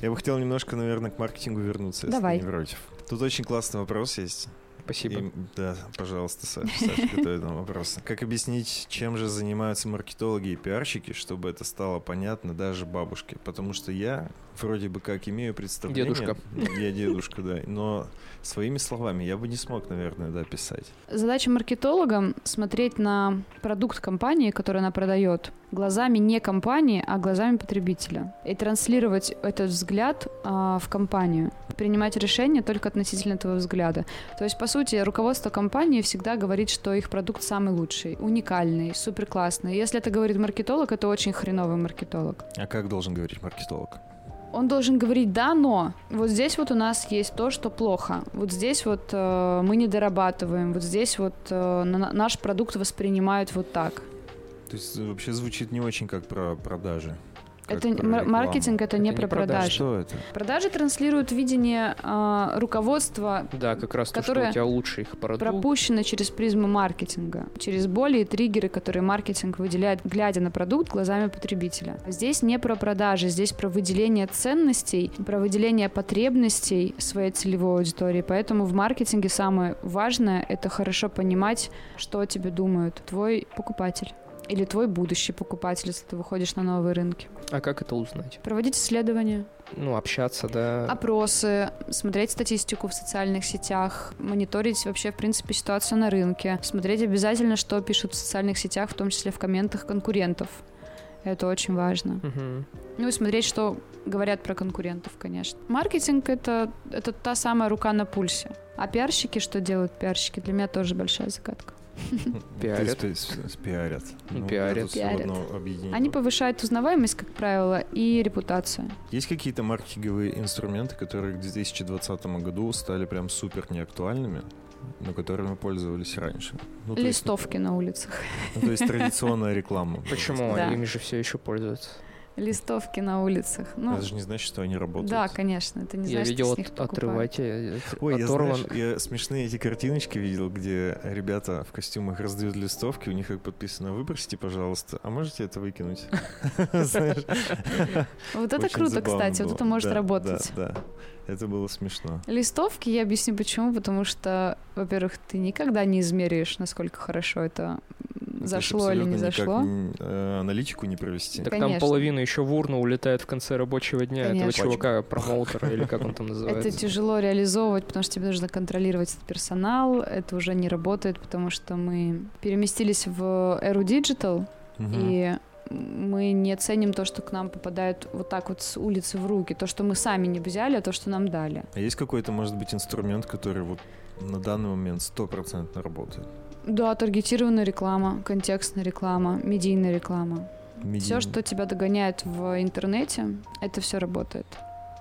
Speaker 1: Я бы хотел немножко, наверное, к маркетингу вернуться, если ты
Speaker 3: Давай.
Speaker 1: не против. Тут очень классный вопрос есть.
Speaker 2: Спасибо.
Speaker 1: И- да, пожалуйста, Саша, Саша готовит нам вопросы. Как объяснить, чем же занимаются маркетологи и пиарщики, чтобы это стало понятно даже бабушке? Потому что я вроде бы как имею представление. Ну,
Speaker 2: Дедушка.
Speaker 1: Я дедушка, да. Но своими словами я бы не смог, наверное, да, писать.
Speaker 3: Задача маркетолога — смотреть на продукт компании, который она продает, глазами не компании, а глазами потребителя. И транслировать этот взгляд а, в компанию. Принимать решения только относительно этого взгляда. То есть, по сути, руководство компании всегда говорит, что их продукт самый лучший, уникальный, суперклассный. Если это говорит маркетолог, это очень хреновый маркетолог
Speaker 1: А как должен говорить маркетолог?
Speaker 3: он должен говорить да, но вот здесь вот у нас есть то, что плохо, вот здесь вот э, мы не дорабатываем, вот здесь вот э, на- наш продукт воспринимают вот так.
Speaker 1: То есть э, вообще звучит не очень как про продажи. как
Speaker 3: это
Speaker 1: про
Speaker 3: м-
Speaker 1: рекламу.
Speaker 3: маркетинг, это, не
Speaker 2: Это не
Speaker 3: про
Speaker 2: продажи.
Speaker 3: продажи.
Speaker 1: Что это?
Speaker 3: Продажи транслируют видение э, руководства
Speaker 2: Да, как раз то, что
Speaker 3: Которая
Speaker 2: у тебя лучший их продукт.
Speaker 3: пропущено через призму маркетинга, через боли и триггеры, которые маркетинг выделяет, глядя на продукт глазами потребителя. Здесь не про продажи, здесь про выделение ценностей, про выделение потребностей своей целевой аудитории. Поэтому в маркетинге самое важное — это хорошо понимать, что о тебе думают твой покупатель или твой будущий покупатель, если ты выходишь на новые рынки.
Speaker 2: А как это узнать?
Speaker 3: Проводить исследования,
Speaker 2: Ну, общаться, да.
Speaker 3: опросы, смотреть статистику в социальных сетях, мониторить вообще, в принципе, ситуацию на рынке, смотреть обязательно, что пишут в социальных сетях, в том числе в комментах конкурентов. Это очень важно.
Speaker 2: Мгм.
Speaker 3: Ну и смотреть, что говорят про конкурентов, конечно. Маркетинг это, это та самая рука на пульсе. А пиарщики что делают? Пиарщики для меня тоже большая загадка.
Speaker 2: Пиарят.
Speaker 1: То есть, э, с- Пиарят.
Speaker 2: Ну,
Speaker 1: Ну,
Speaker 2: пиарят.
Speaker 1: это всё в
Speaker 3: Пиарят.
Speaker 1: одно объединение.
Speaker 3: Они повышают узнаваемость, как правило, и репутацию.
Speaker 1: Есть какие-то маркетинговые инструменты, которые к 2020 году стали прям супер неактуальными, но которыми пользовались раньше? Ну, то есть,
Speaker 3: Листовки на улицах.
Speaker 1: ну, то есть традиционная реклама.
Speaker 2: Почему?
Speaker 3: Да.
Speaker 2: Ими же все еще пользуются.
Speaker 3: Листовки на улицах. Ну,
Speaker 1: Это же не значит, что они работают.
Speaker 3: да, конечно, это не
Speaker 2: Я
Speaker 3: значит,
Speaker 2: видел
Speaker 3: что с
Speaker 2: от-
Speaker 3: них покупают.
Speaker 2: отрыватель, от-
Speaker 1: Ой, я,
Speaker 2: э, оторван.
Speaker 1: знаешь, я смешные эти картиночки видел, где ребята в костюмах раздают листовки, у них как подписано «Выбросьте, пожалуйста, а можете это выкинуть?» Знаешь,
Speaker 3: Вот это
Speaker 1: очень
Speaker 3: круто,
Speaker 1: забавно
Speaker 3: кстати, вот
Speaker 1: было.
Speaker 3: это может
Speaker 1: Да,
Speaker 3: работать.
Speaker 1: Да, да. Это было смешно.
Speaker 3: Листовки, я объясню почему, потому что, во-первых, ты никогда не измеришь, насколько хорошо это м,
Speaker 1: Это ж
Speaker 3: зашло или не
Speaker 1: Ну, абсолютно никак
Speaker 3: зашло.
Speaker 1: н- э, Аналитику не провести.
Speaker 2: Так там
Speaker 3: конечно.
Speaker 2: половина еще в урну улетает в конце рабочего дня этого
Speaker 3: Конечно.
Speaker 2: чувака, промоутера, или как он там
Speaker 3: Это
Speaker 2: называется.
Speaker 3: тяжело реализовывать, потому что тебе нужно контролировать этот персонал, это уже не работает, потому что мы переместились в эру диджитал,
Speaker 1: Мгм.
Speaker 3: и мы не ценим то, что к нам попадает вот так вот с улицы в руки, то, что мы сами не взяли, а то, что нам дали.
Speaker 1: А есть какой-то, может быть, инструмент, который вот на данный момент стопроцентно работает?
Speaker 3: Да, таргетированная реклама, контекстная реклама, медийная реклама. Все,
Speaker 1: Медийный.
Speaker 3: что тебя догоняет в интернете, это все работает.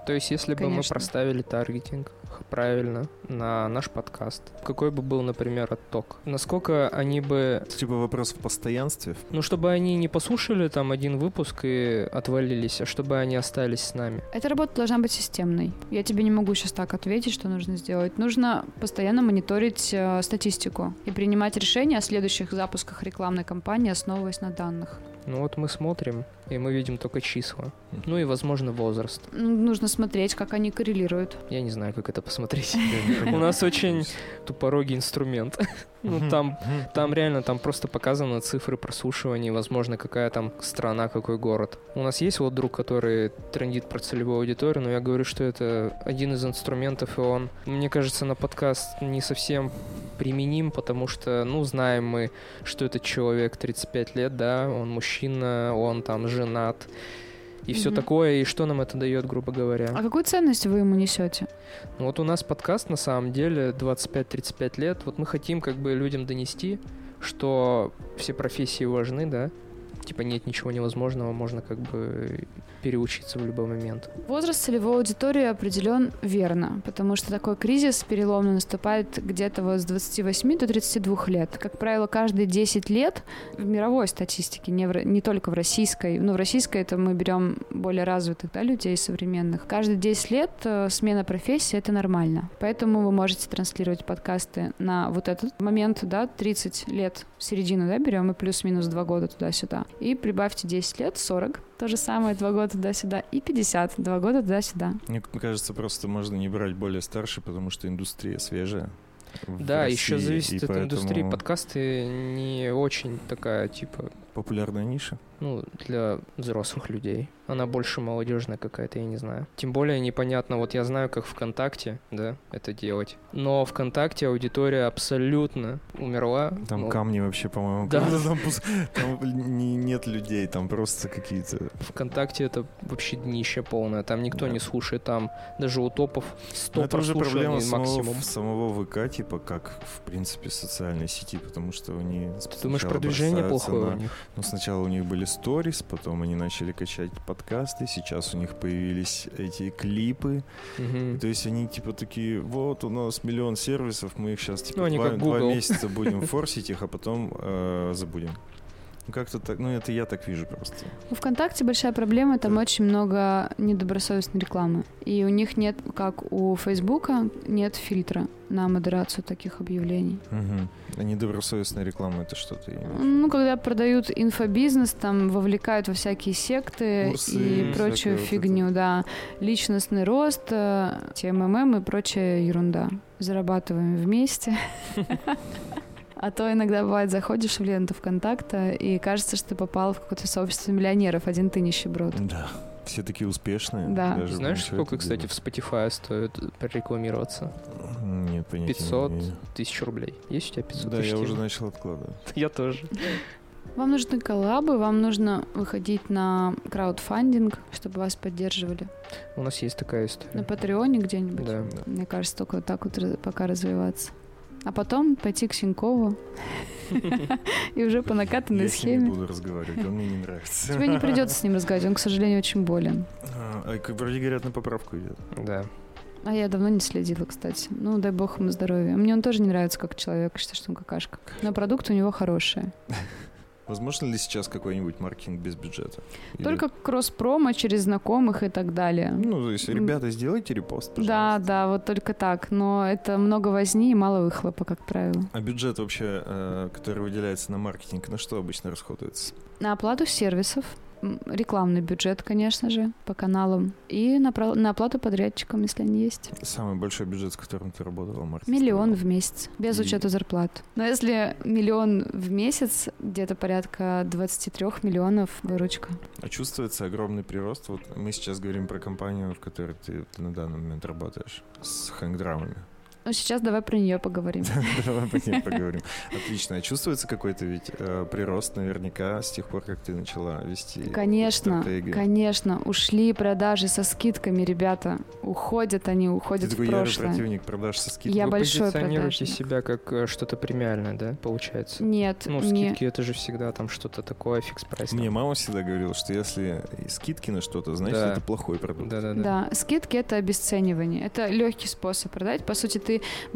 Speaker 2: То есть, если бы мы
Speaker 3: Конечно.
Speaker 2: проставили таргетинг х- правильно на наш подкаст, какой бы был, например, отток? Насколько они бы...
Speaker 1: Типа вопрос в постоянстве.
Speaker 2: Ну, чтобы они не послушали там один выпуск и отвалились, а чтобы они остались с нами.
Speaker 3: Эта работа должна быть системной. Я тебе не могу сейчас так ответить, что нужно сделать. Нужно постоянно мониторить э, статистику и принимать решения о следующих запусках рекламной кампании, основываясь на данных.
Speaker 2: Ну вот мы смотрим, и мы видим только числа. Ну и, возможно, возраст.
Speaker 3: М, Нужно смотреть, как они коррелируют.
Speaker 2: Я не знаю, как это посмотреть.
Speaker 1: У
Speaker 2: нас очень- Тупорогий инструмент. Ну там Там реально, там просто показаны цифры прослушиваний, возможно, какая там страна, какой город. У нас есть вот друг, который трендит про целевую аудиторию, но я говорю, что это один из инструментов, и он, мне кажется, на подкаст не совсем применим, потому что, ну, знаем мы, что этот человек 35 лет, да, он мужчина, он там женат, и все
Speaker 3: Мгм.
Speaker 2: такое, и что нам это дает, грубо говоря.
Speaker 3: А какую ценность вы ему несете?
Speaker 2: Ну Вот у нас подкаст на самом деле 25-35 лет. Вот мы хотим как бы людям донести, что все профессии важны, да. Типа нет ничего невозможного, можно как бы переучиться в любой момент.
Speaker 3: Возраст целевой аудитории определен верно, потому что такой кризис переломный наступает где-то вот с 28 до 32 лет. Как правило, каждые 10 лет в мировой статистике, не, в ро- не только в российской, но в российской это мы берем более развитых да, людей современных. Каждые 10 лет э, смена профессии — это нормально. Поэтому вы можете транслировать подкасты на вот этот момент, да, 30 лет, середину, да, берем, и плюс-минус 2 года туда-сюда. И прибавьте 10 лет, 40, то же самое, 2 года туда-сюда, и 50, 2 года туда-сюда.
Speaker 1: Мне кажется, просто можно не брать более старше, потому что индустрия свежая. в
Speaker 2: Да,
Speaker 1: России,
Speaker 2: еще зависит
Speaker 1: и
Speaker 2: от индустрии.
Speaker 1: поэтому
Speaker 2: Подкасты не очень такая, типа,
Speaker 1: Популярная ниша.
Speaker 2: ну, для взрослых людей. Она больше молодежная какая-то, я не знаю. Тем более непонятно, вот я знаю, как ВКонтакте, да, это делать. Но ВКонтакте аудитория абсолютно умерла.
Speaker 1: Там
Speaker 2: Ну,
Speaker 1: камни вообще, по-моему.
Speaker 2: Да.
Speaker 1: Там, пус- там не- нет людей, там просто какие-то...
Speaker 2: ВКонтакте это вообще днище полное. Там никто
Speaker 1: Да.
Speaker 2: не слушает, там даже у топов 100
Speaker 1: Но Ну, это уже проблема
Speaker 2: прослушиваний
Speaker 1: самого,
Speaker 2: максимум.
Speaker 1: самого ВК, типа, как, в принципе, социальной сети, потому что они...
Speaker 2: Ты думаешь,
Speaker 1: сначала
Speaker 2: продвижение
Speaker 1: бросаются
Speaker 2: плохое
Speaker 1: на-
Speaker 2: у них?
Speaker 1: Ну, сначала у них были сторис, потом они начали качать подкасты, сейчас у них появились эти клипы.
Speaker 2: Мгм.
Speaker 1: То есть они типа такие, вот у нас миллион сервисов, мы их сейчас типа
Speaker 2: Ну, они
Speaker 1: два,
Speaker 2: как
Speaker 1: два
Speaker 2: Google.
Speaker 1: месяца будем форсить их, а потом э, забудем. Ну, как-то так, ну, это я так вижу просто.
Speaker 3: У ВКонтакте большая проблема, там
Speaker 1: Да.
Speaker 3: очень много недобросовестной рекламы. И у них нет, как у Фейсбука, нет фильтра на модерацию таких объявлений.
Speaker 1: Угу. Недобросовестная реклама это что-то. я не знаю.
Speaker 3: Ну, когда продают инфобизнес, там вовлекают во всякие секты
Speaker 1: Курсы
Speaker 3: и
Speaker 1: и всякое
Speaker 3: прочую
Speaker 1: вот
Speaker 3: фигню, да. Личностный рост, э, ТММ и прочая ерунда. Зарабатываем вместе. А то иногда бывает, заходишь в ленту ВКонтакта, и кажется, что ты попал в какое-то сообщество миллионеров, один ты нищеброд.
Speaker 1: Да. Все такие успешные.
Speaker 3: Да.
Speaker 1: даже
Speaker 2: Знаешь,
Speaker 1: ничего
Speaker 2: сколько,
Speaker 1: это
Speaker 2: кстати, в
Speaker 1: делают.
Speaker 2: Spotify стоит прорекламироваться?
Speaker 1: Нет, понятия
Speaker 2: 500
Speaker 1: не имею.
Speaker 2: Тысяч рублей. Есть у тебя 500
Speaker 1: Да,
Speaker 2: тысяч?
Speaker 1: я уже
Speaker 2: тем?
Speaker 1: начал откладывать.
Speaker 2: Я тоже.
Speaker 3: Вам нужны коллабы, вам нужно выходить на краудфандинг, чтобы вас поддерживали.
Speaker 2: У нас есть такая история.
Speaker 3: На Патреоне где-нибудь.
Speaker 2: Да.
Speaker 1: Да.
Speaker 3: Мне кажется, только вот так вот раз- пока развиваться. А потом пойти к Синькову и уже по накатанной
Speaker 1: я с ним не
Speaker 3: схеме.
Speaker 1: буду разговаривать, он мне не нравится.
Speaker 3: Тебе не придется с ним разговаривать, он, к сожалению, очень болен.
Speaker 1: А, а, как вроде говорят, на поправку идет.
Speaker 2: Да.
Speaker 3: А я давно не следила, кстати. Ну, дай бог ему здоровья. Мне он тоже не нравится как человек, считаю, что он какашка. Но продукты у него хорошие.
Speaker 1: Возможно ли сейчас какой-нибудь маркетинг без бюджета? Или-
Speaker 3: Только кросс-промо через знакомых и так далее.
Speaker 1: Ну, то есть, ребята, сделайте репост,
Speaker 3: Да,
Speaker 1: пожалуйста.
Speaker 3: да, вот только так. Но это много возни и мало выхлопа, как правило.
Speaker 1: А бюджет вообще, э, который выделяется на маркетинг, на что обычно расходуется?
Speaker 3: На оплату сервисов, м, рекламный бюджет, конечно же, по каналам, и на, про- на оплату подрядчикам, если они есть.
Speaker 1: Самый большой бюджет, с которым ты работала, маркетинг?
Speaker 3: Миллион в месяц, без
Speaker 1: И-
Speaker 3: учета зарплат. Но если миллион в месяц, где-то порядка 23 миллионов выручка.
Speaker 1: А чувствуется огромный прирост. Вот мы сейчас говорим про компанию, в которой ты на данный момент работаешь, с хэнгдрамами.
Speaker 3: Ну, сейчас давай про нее поговорим.
Speaker 1: Давай по ней поговорим. Отлично. А чувствуется какой-то ведь э, прирост наверняка с тех пор, как ты начала вести эту
Speaker 3: Конечно,
Speaker 1: стратегию?
Speaker 3: конечно, ушли продажи со скидками, ребята. Уходят они,
Speaker 1: Ты
Speaker 3: уходят в
Speaker 1: такой ярый Типа,
Speaker 3: прошлое.
Speaker 1: противник продаж со скидкой.
Speaker 3: Я
Speaker 2: Вы
Speaker 3: большой
Speaker 2: позиционируете
Speaker 3: продажник.
Speaker 2: себя как э, что-то премиальное, да, получается?
Speaker 3: Нет,
Speaker 2: Ну,
Speaker 3: не.
Speaker 2: скидки это же всегда там что-то такое, фикс прайс.
Speaker 1: Мне мама всегда говорила, что если и скидки на что-то, значит,
Speaker 2: Да.
Speaker 1: это плохой продукт.
Speaker 2: Да-да-да.
Speaker 3: Да, скидки это обесценивание. Это легкий способ продать. По сути, ты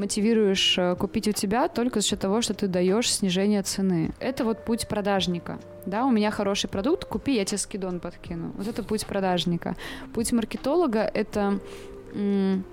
Speaker 3: мотивируешь э, купить у тебя только за счет того, что ты даешь снижение цены. Это вот путь продажника. Да, у меня хороший продукт, купи, я тебе скидон подкину. Вот это путь продажника. Путь маркетолога это м,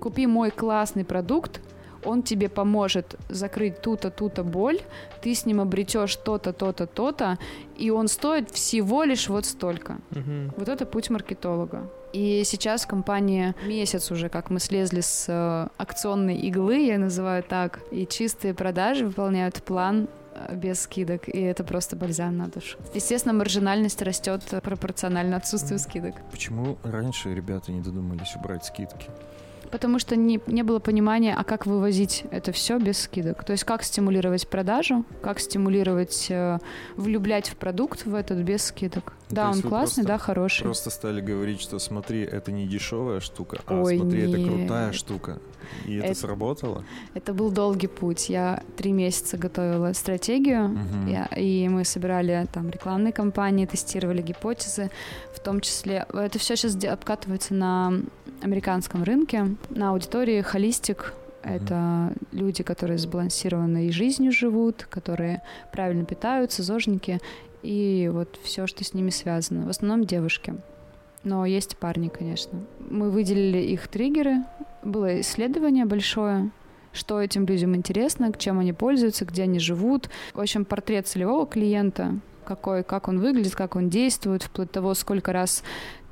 Speaker 3: купи мой классный продукт, он тебе поможет закрыть ту-то, ту-то боль, ты с ним обретешь то-то, то-то, то-то, и он стоит всего лишь вот столько.
Speaker 2: Мгм.
Speaker 3: Вот это путь маркетолога. И сейчас компания месяц уже, как мы слезли с э, акционной иглы, я называю так, и чистые продажи выполняют план э, без скидок, и это просто бальзам на душу. Естественно, маржинальность растет э, пропорционально отсутствию
Speaker 2: Мгм.
Speaker 3: скидок,
Speaker 1: Почему раньше ребята не додумались убрать скидки?
Speaker 3: потому что не, не было понимания, а как вывозить это все без скидок. То есть как стимулировать продажу, как стимулировать, э, влюблять в продукт в этот без скидок.
Speaker 1: Ну, то
Speaker 3: да,
Speaker 1: есть
Speaker 3: он
Speaker 1: вы
Speaker 3: классный,
Speaker 1: просто-
Speaker 3: да, хороший.
Speaker 1: Просто стали говорить, что смотри, это не дешевая штука, а
Speaker 3: Ой,
Speaker 1: смотри, это
Speaker 3: нет.
Speaker 1: крутая штука. И это,
Speaker 3: Это-
Speaker 1: сработало?
Speaker 3: Это был долгий путь. Я три месяца готовила стратегию,
Speaker 1: Мгм.
Speaker 3: Я- и мы собирали там рекламные кампании, тестировали гипотезы, в том числе. Это все сейчас обкатывается на американском рынке, на аудитории холистик.
Speaker 1: Мгм.
Speaker 3: Это люди, которые сбалансированно и жизнью живут, которые правильно питаются, зожники, и вот все, что с ними связано. В основном девушки. Но есть и парни, конечно. Мы выделили их триггеры. Было исследование большое, что этим людям интересно, к чем они пользуются, где они живут. В общем, портрет целевого клиента какой, как он выглядит, как он действует, вплоть до того, сколько раз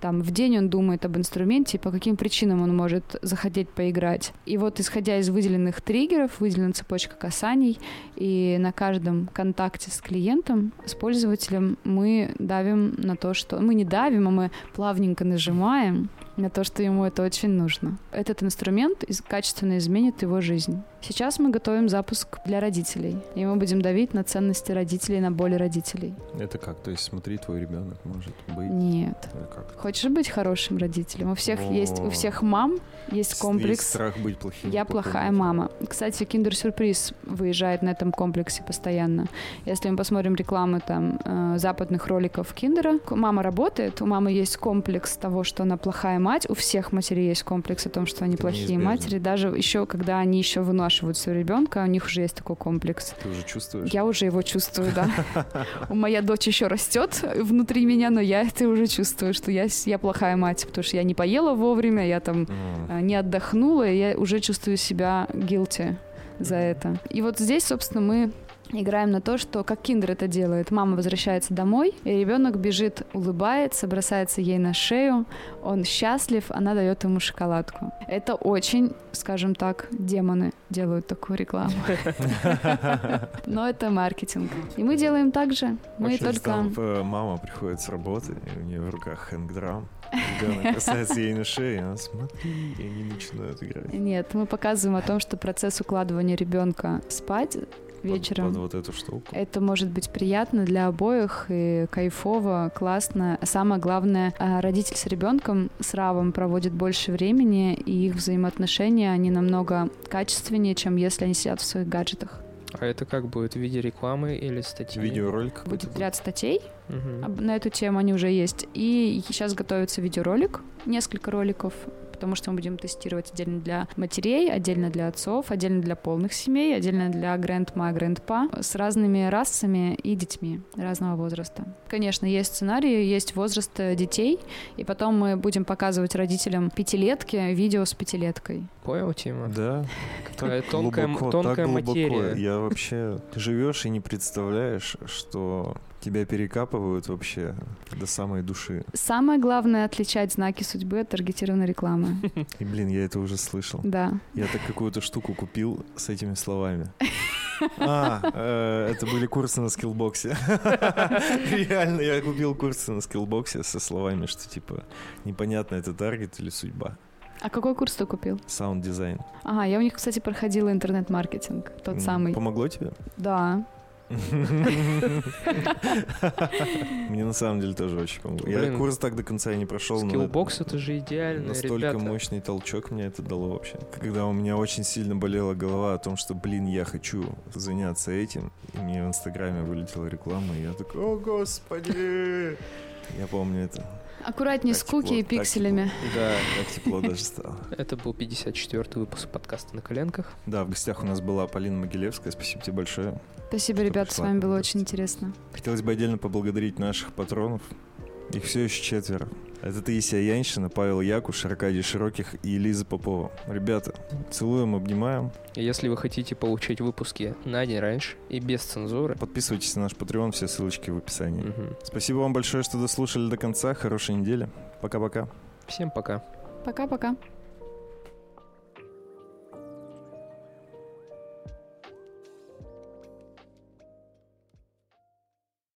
Speaker 3: там в день он думает об инструменте и по каким причинам он может захотеть поиграть. И вот исходя из выделенных триггеров, выделена цепочка касаний, и на каждом контакте с клиентом, с пользователем мы давим на то, что... Мы не давим, а мы плавненько нажимаем на то, что ему это очень нужно. Этот инструмент из- качественно изменит его жизнь. Сейчас мы готовим запуск для родителей, и мы будем давить на ценности родителей, на боли родителей.
Speaker 1: Это как? То есть смотри, твой ребенок может быть.
Speaker 3: Нет.
Speaker 1: Или как?
Speaker 3: Хочешь быть хорошим родителем? У всех есть, у
Speaker 1: О.
Speaker 3: всех мам есть
Speaker 1: Есть
Speaker 3: комплекс.
Speaker 1: страх быть плохим.
Speaker 3: Я
Speaker 1: плохой
Speaker 3: плохая
Speaker 1: родитель.
Speaker 3: мама. Кстати, Kinder Сюрприз выезжает на этом комплексе постоянно. Если мы посмотрим рекламы там э, западных роликов Киндера, к- мама работает, у мамы есть комплекс того, что она плохая мать, у всех матерей есть комплекс о том, что они
Speaker 1: Это
Speaker 3: плохие
Speaker 1: неизбежно.
Speaker 3: матери, даже еще когда они еще вынашивают своего ребенка, у них уже есть такой комплекс.
Speaker 1: Ты уже чувствуешь?
Speaker 3: Я уже его чувствую, да. Моя дочь еще растет внутри меня, но я это уже чувствую, что я, с- я плохая мать, потому что я не поела вовремя, я там
Speaker 1: М.
Speaker 3: а, не отдохнула, и я уже чувствую себя guilty за это. И вот здесь, собственно, мы играем на то, что как киндер это делает. Мама возвращается домой, и ребенок бежит, улыбается, бросается ей на шею. Он счастлив, она дает ему шоколадку. Это очень, скажем так, демоны делают такую рекламу. Но это маркетинг. И мы делаем так же. Мы
Speaker 1: Очень
Speaker 3: только...
Speaker 1: там, э, мама приходит с работы, и у нее в руках хэнгдрам. Ребенок касается ей на шею, и она смотри, и они начинают играть.
Speaker 3: Нет, мы показываем о том, что процесс укладывания ребенка спать
Speaker 1: Под-
Speaker 3: вечером
Speaker 1: Под вот эту штуку.
Speaker 3: Это может быть приятно для обоих и кайфово, классно. Самое главное, а, родитель с ребенком с Равом проводит больше времени, и их взаимоотношения, они намного качественнее, чем если они сидят в своих гаджетах.
Speaker 2: А это как будет? В виде рекламы или статьи?
Speaker 1: Видеоролик какой-то.
Speaker 3: Будет ряд статей
Speaker 2: Мгм.
Speaker 3: об- на эту тему, они уже есть. И сейчас готовится видеоролик, несколько роликов, потому что мы будем тестировать отдельно для матерей, отдельно для отцов, отдельно для полных семей, отдельно для грандма, грандпа, с разными расами и детьми разного возраста. Конечно, есть сценарии, есть возраст э, детей, и потом мы будем показывать родителям пятилетки видео с пятилеткой.
Speaker 2: Понял, Тима?
Speaker 1: Да.
Speaker 2: Такая тонкая м-
Speaker 1: глубоко,
Speaker 2: тонкая
Speaker 1: так глубоко.
Speaker 2: материя.
Speaker 1: Я вообще живешь и не представляешь, что тебя перекапывают вообще до самой души.
Speaker 3: Самое главное — отличать знаки судьбы от таргетированной рекламы.
Speaker 1: И, блин, я это уже слышал.
Speaker 3: Да.
Speaker 1: Я так какую-то штуку купил с этими словами. А, э, это были курсы на скиллбоксе. Реально, я купил курсы на скиллбоксе со словами, что типа непонятно, это таргет или судьба.
Speaker 3: А какой курс ты купил?
Speaker 1: Саунд-дизайн.
Speaker 3: Ага, я у них, кстати, проходила интернет-маркетинг, тот
Speaker 1: М,
Speaker 3: самый.
Speaker 1: Помогло тебе?
Speaker 3: Да.
Speaker 1: Мне на самом деле тоже очень помогло.
Speaker 2: Блин.
Speaker 1: Я курс так до конца и не прошел. но
Speaker 2: Скиллбокс это же идеально,
Speaker 1: Настолько
Speaker 2: ребята.
Speaker 1: мощный толчок мне это дало вообще. Когда у меня очень сильно болела голова о том, что, блин, я хочу заняться этим, и мне в Инстаграме вылетела реклама, и я такой, о, господи! Я помню это.
Speaker 3: Аккуратнее с
Speaker 1: Так тепло,
Speaker 3: куки и
Speaker 1: так тепло.
Speaker 3: пикселями.
Speaker 1: Да, так тепло даже стало.
Speaker 2: Это был 54-й выпуск подкаста «На коленках».
Speaker 1: Да, в гостях у нас была Полина Могилевская, спасибо тебе большое.
Speaker 3: Спасибо,
Speaker 1: Что
Speaker 3: ребята, с
Speaker 1: пришла,
Speaker 3: вами было
Speaker 1: молодец.
Speaker 3: очень интересно.
Speaker 1: Хотелось бы отдельно поблагодарить наших патронов. Их все еще четверо. Это Таисия Яньшина, Павел Якуш, Аркадий Широких и Лиза Попова. Ребята, целуем, обнимаем.
Speaker 2: И Если вы хотите получить выпуски на день раньше и без цензуры,
Speaker 1: Подписывайтесь на наш Patreon, все ссылочки в описании.
Speaker 2: мгм.
Speaker 1: Спасибо вам большое, что дослушали до конца. Хорошей недели. Пока-пока.
Speaker 2: всем пока.
Speaker 3: Пока-пока.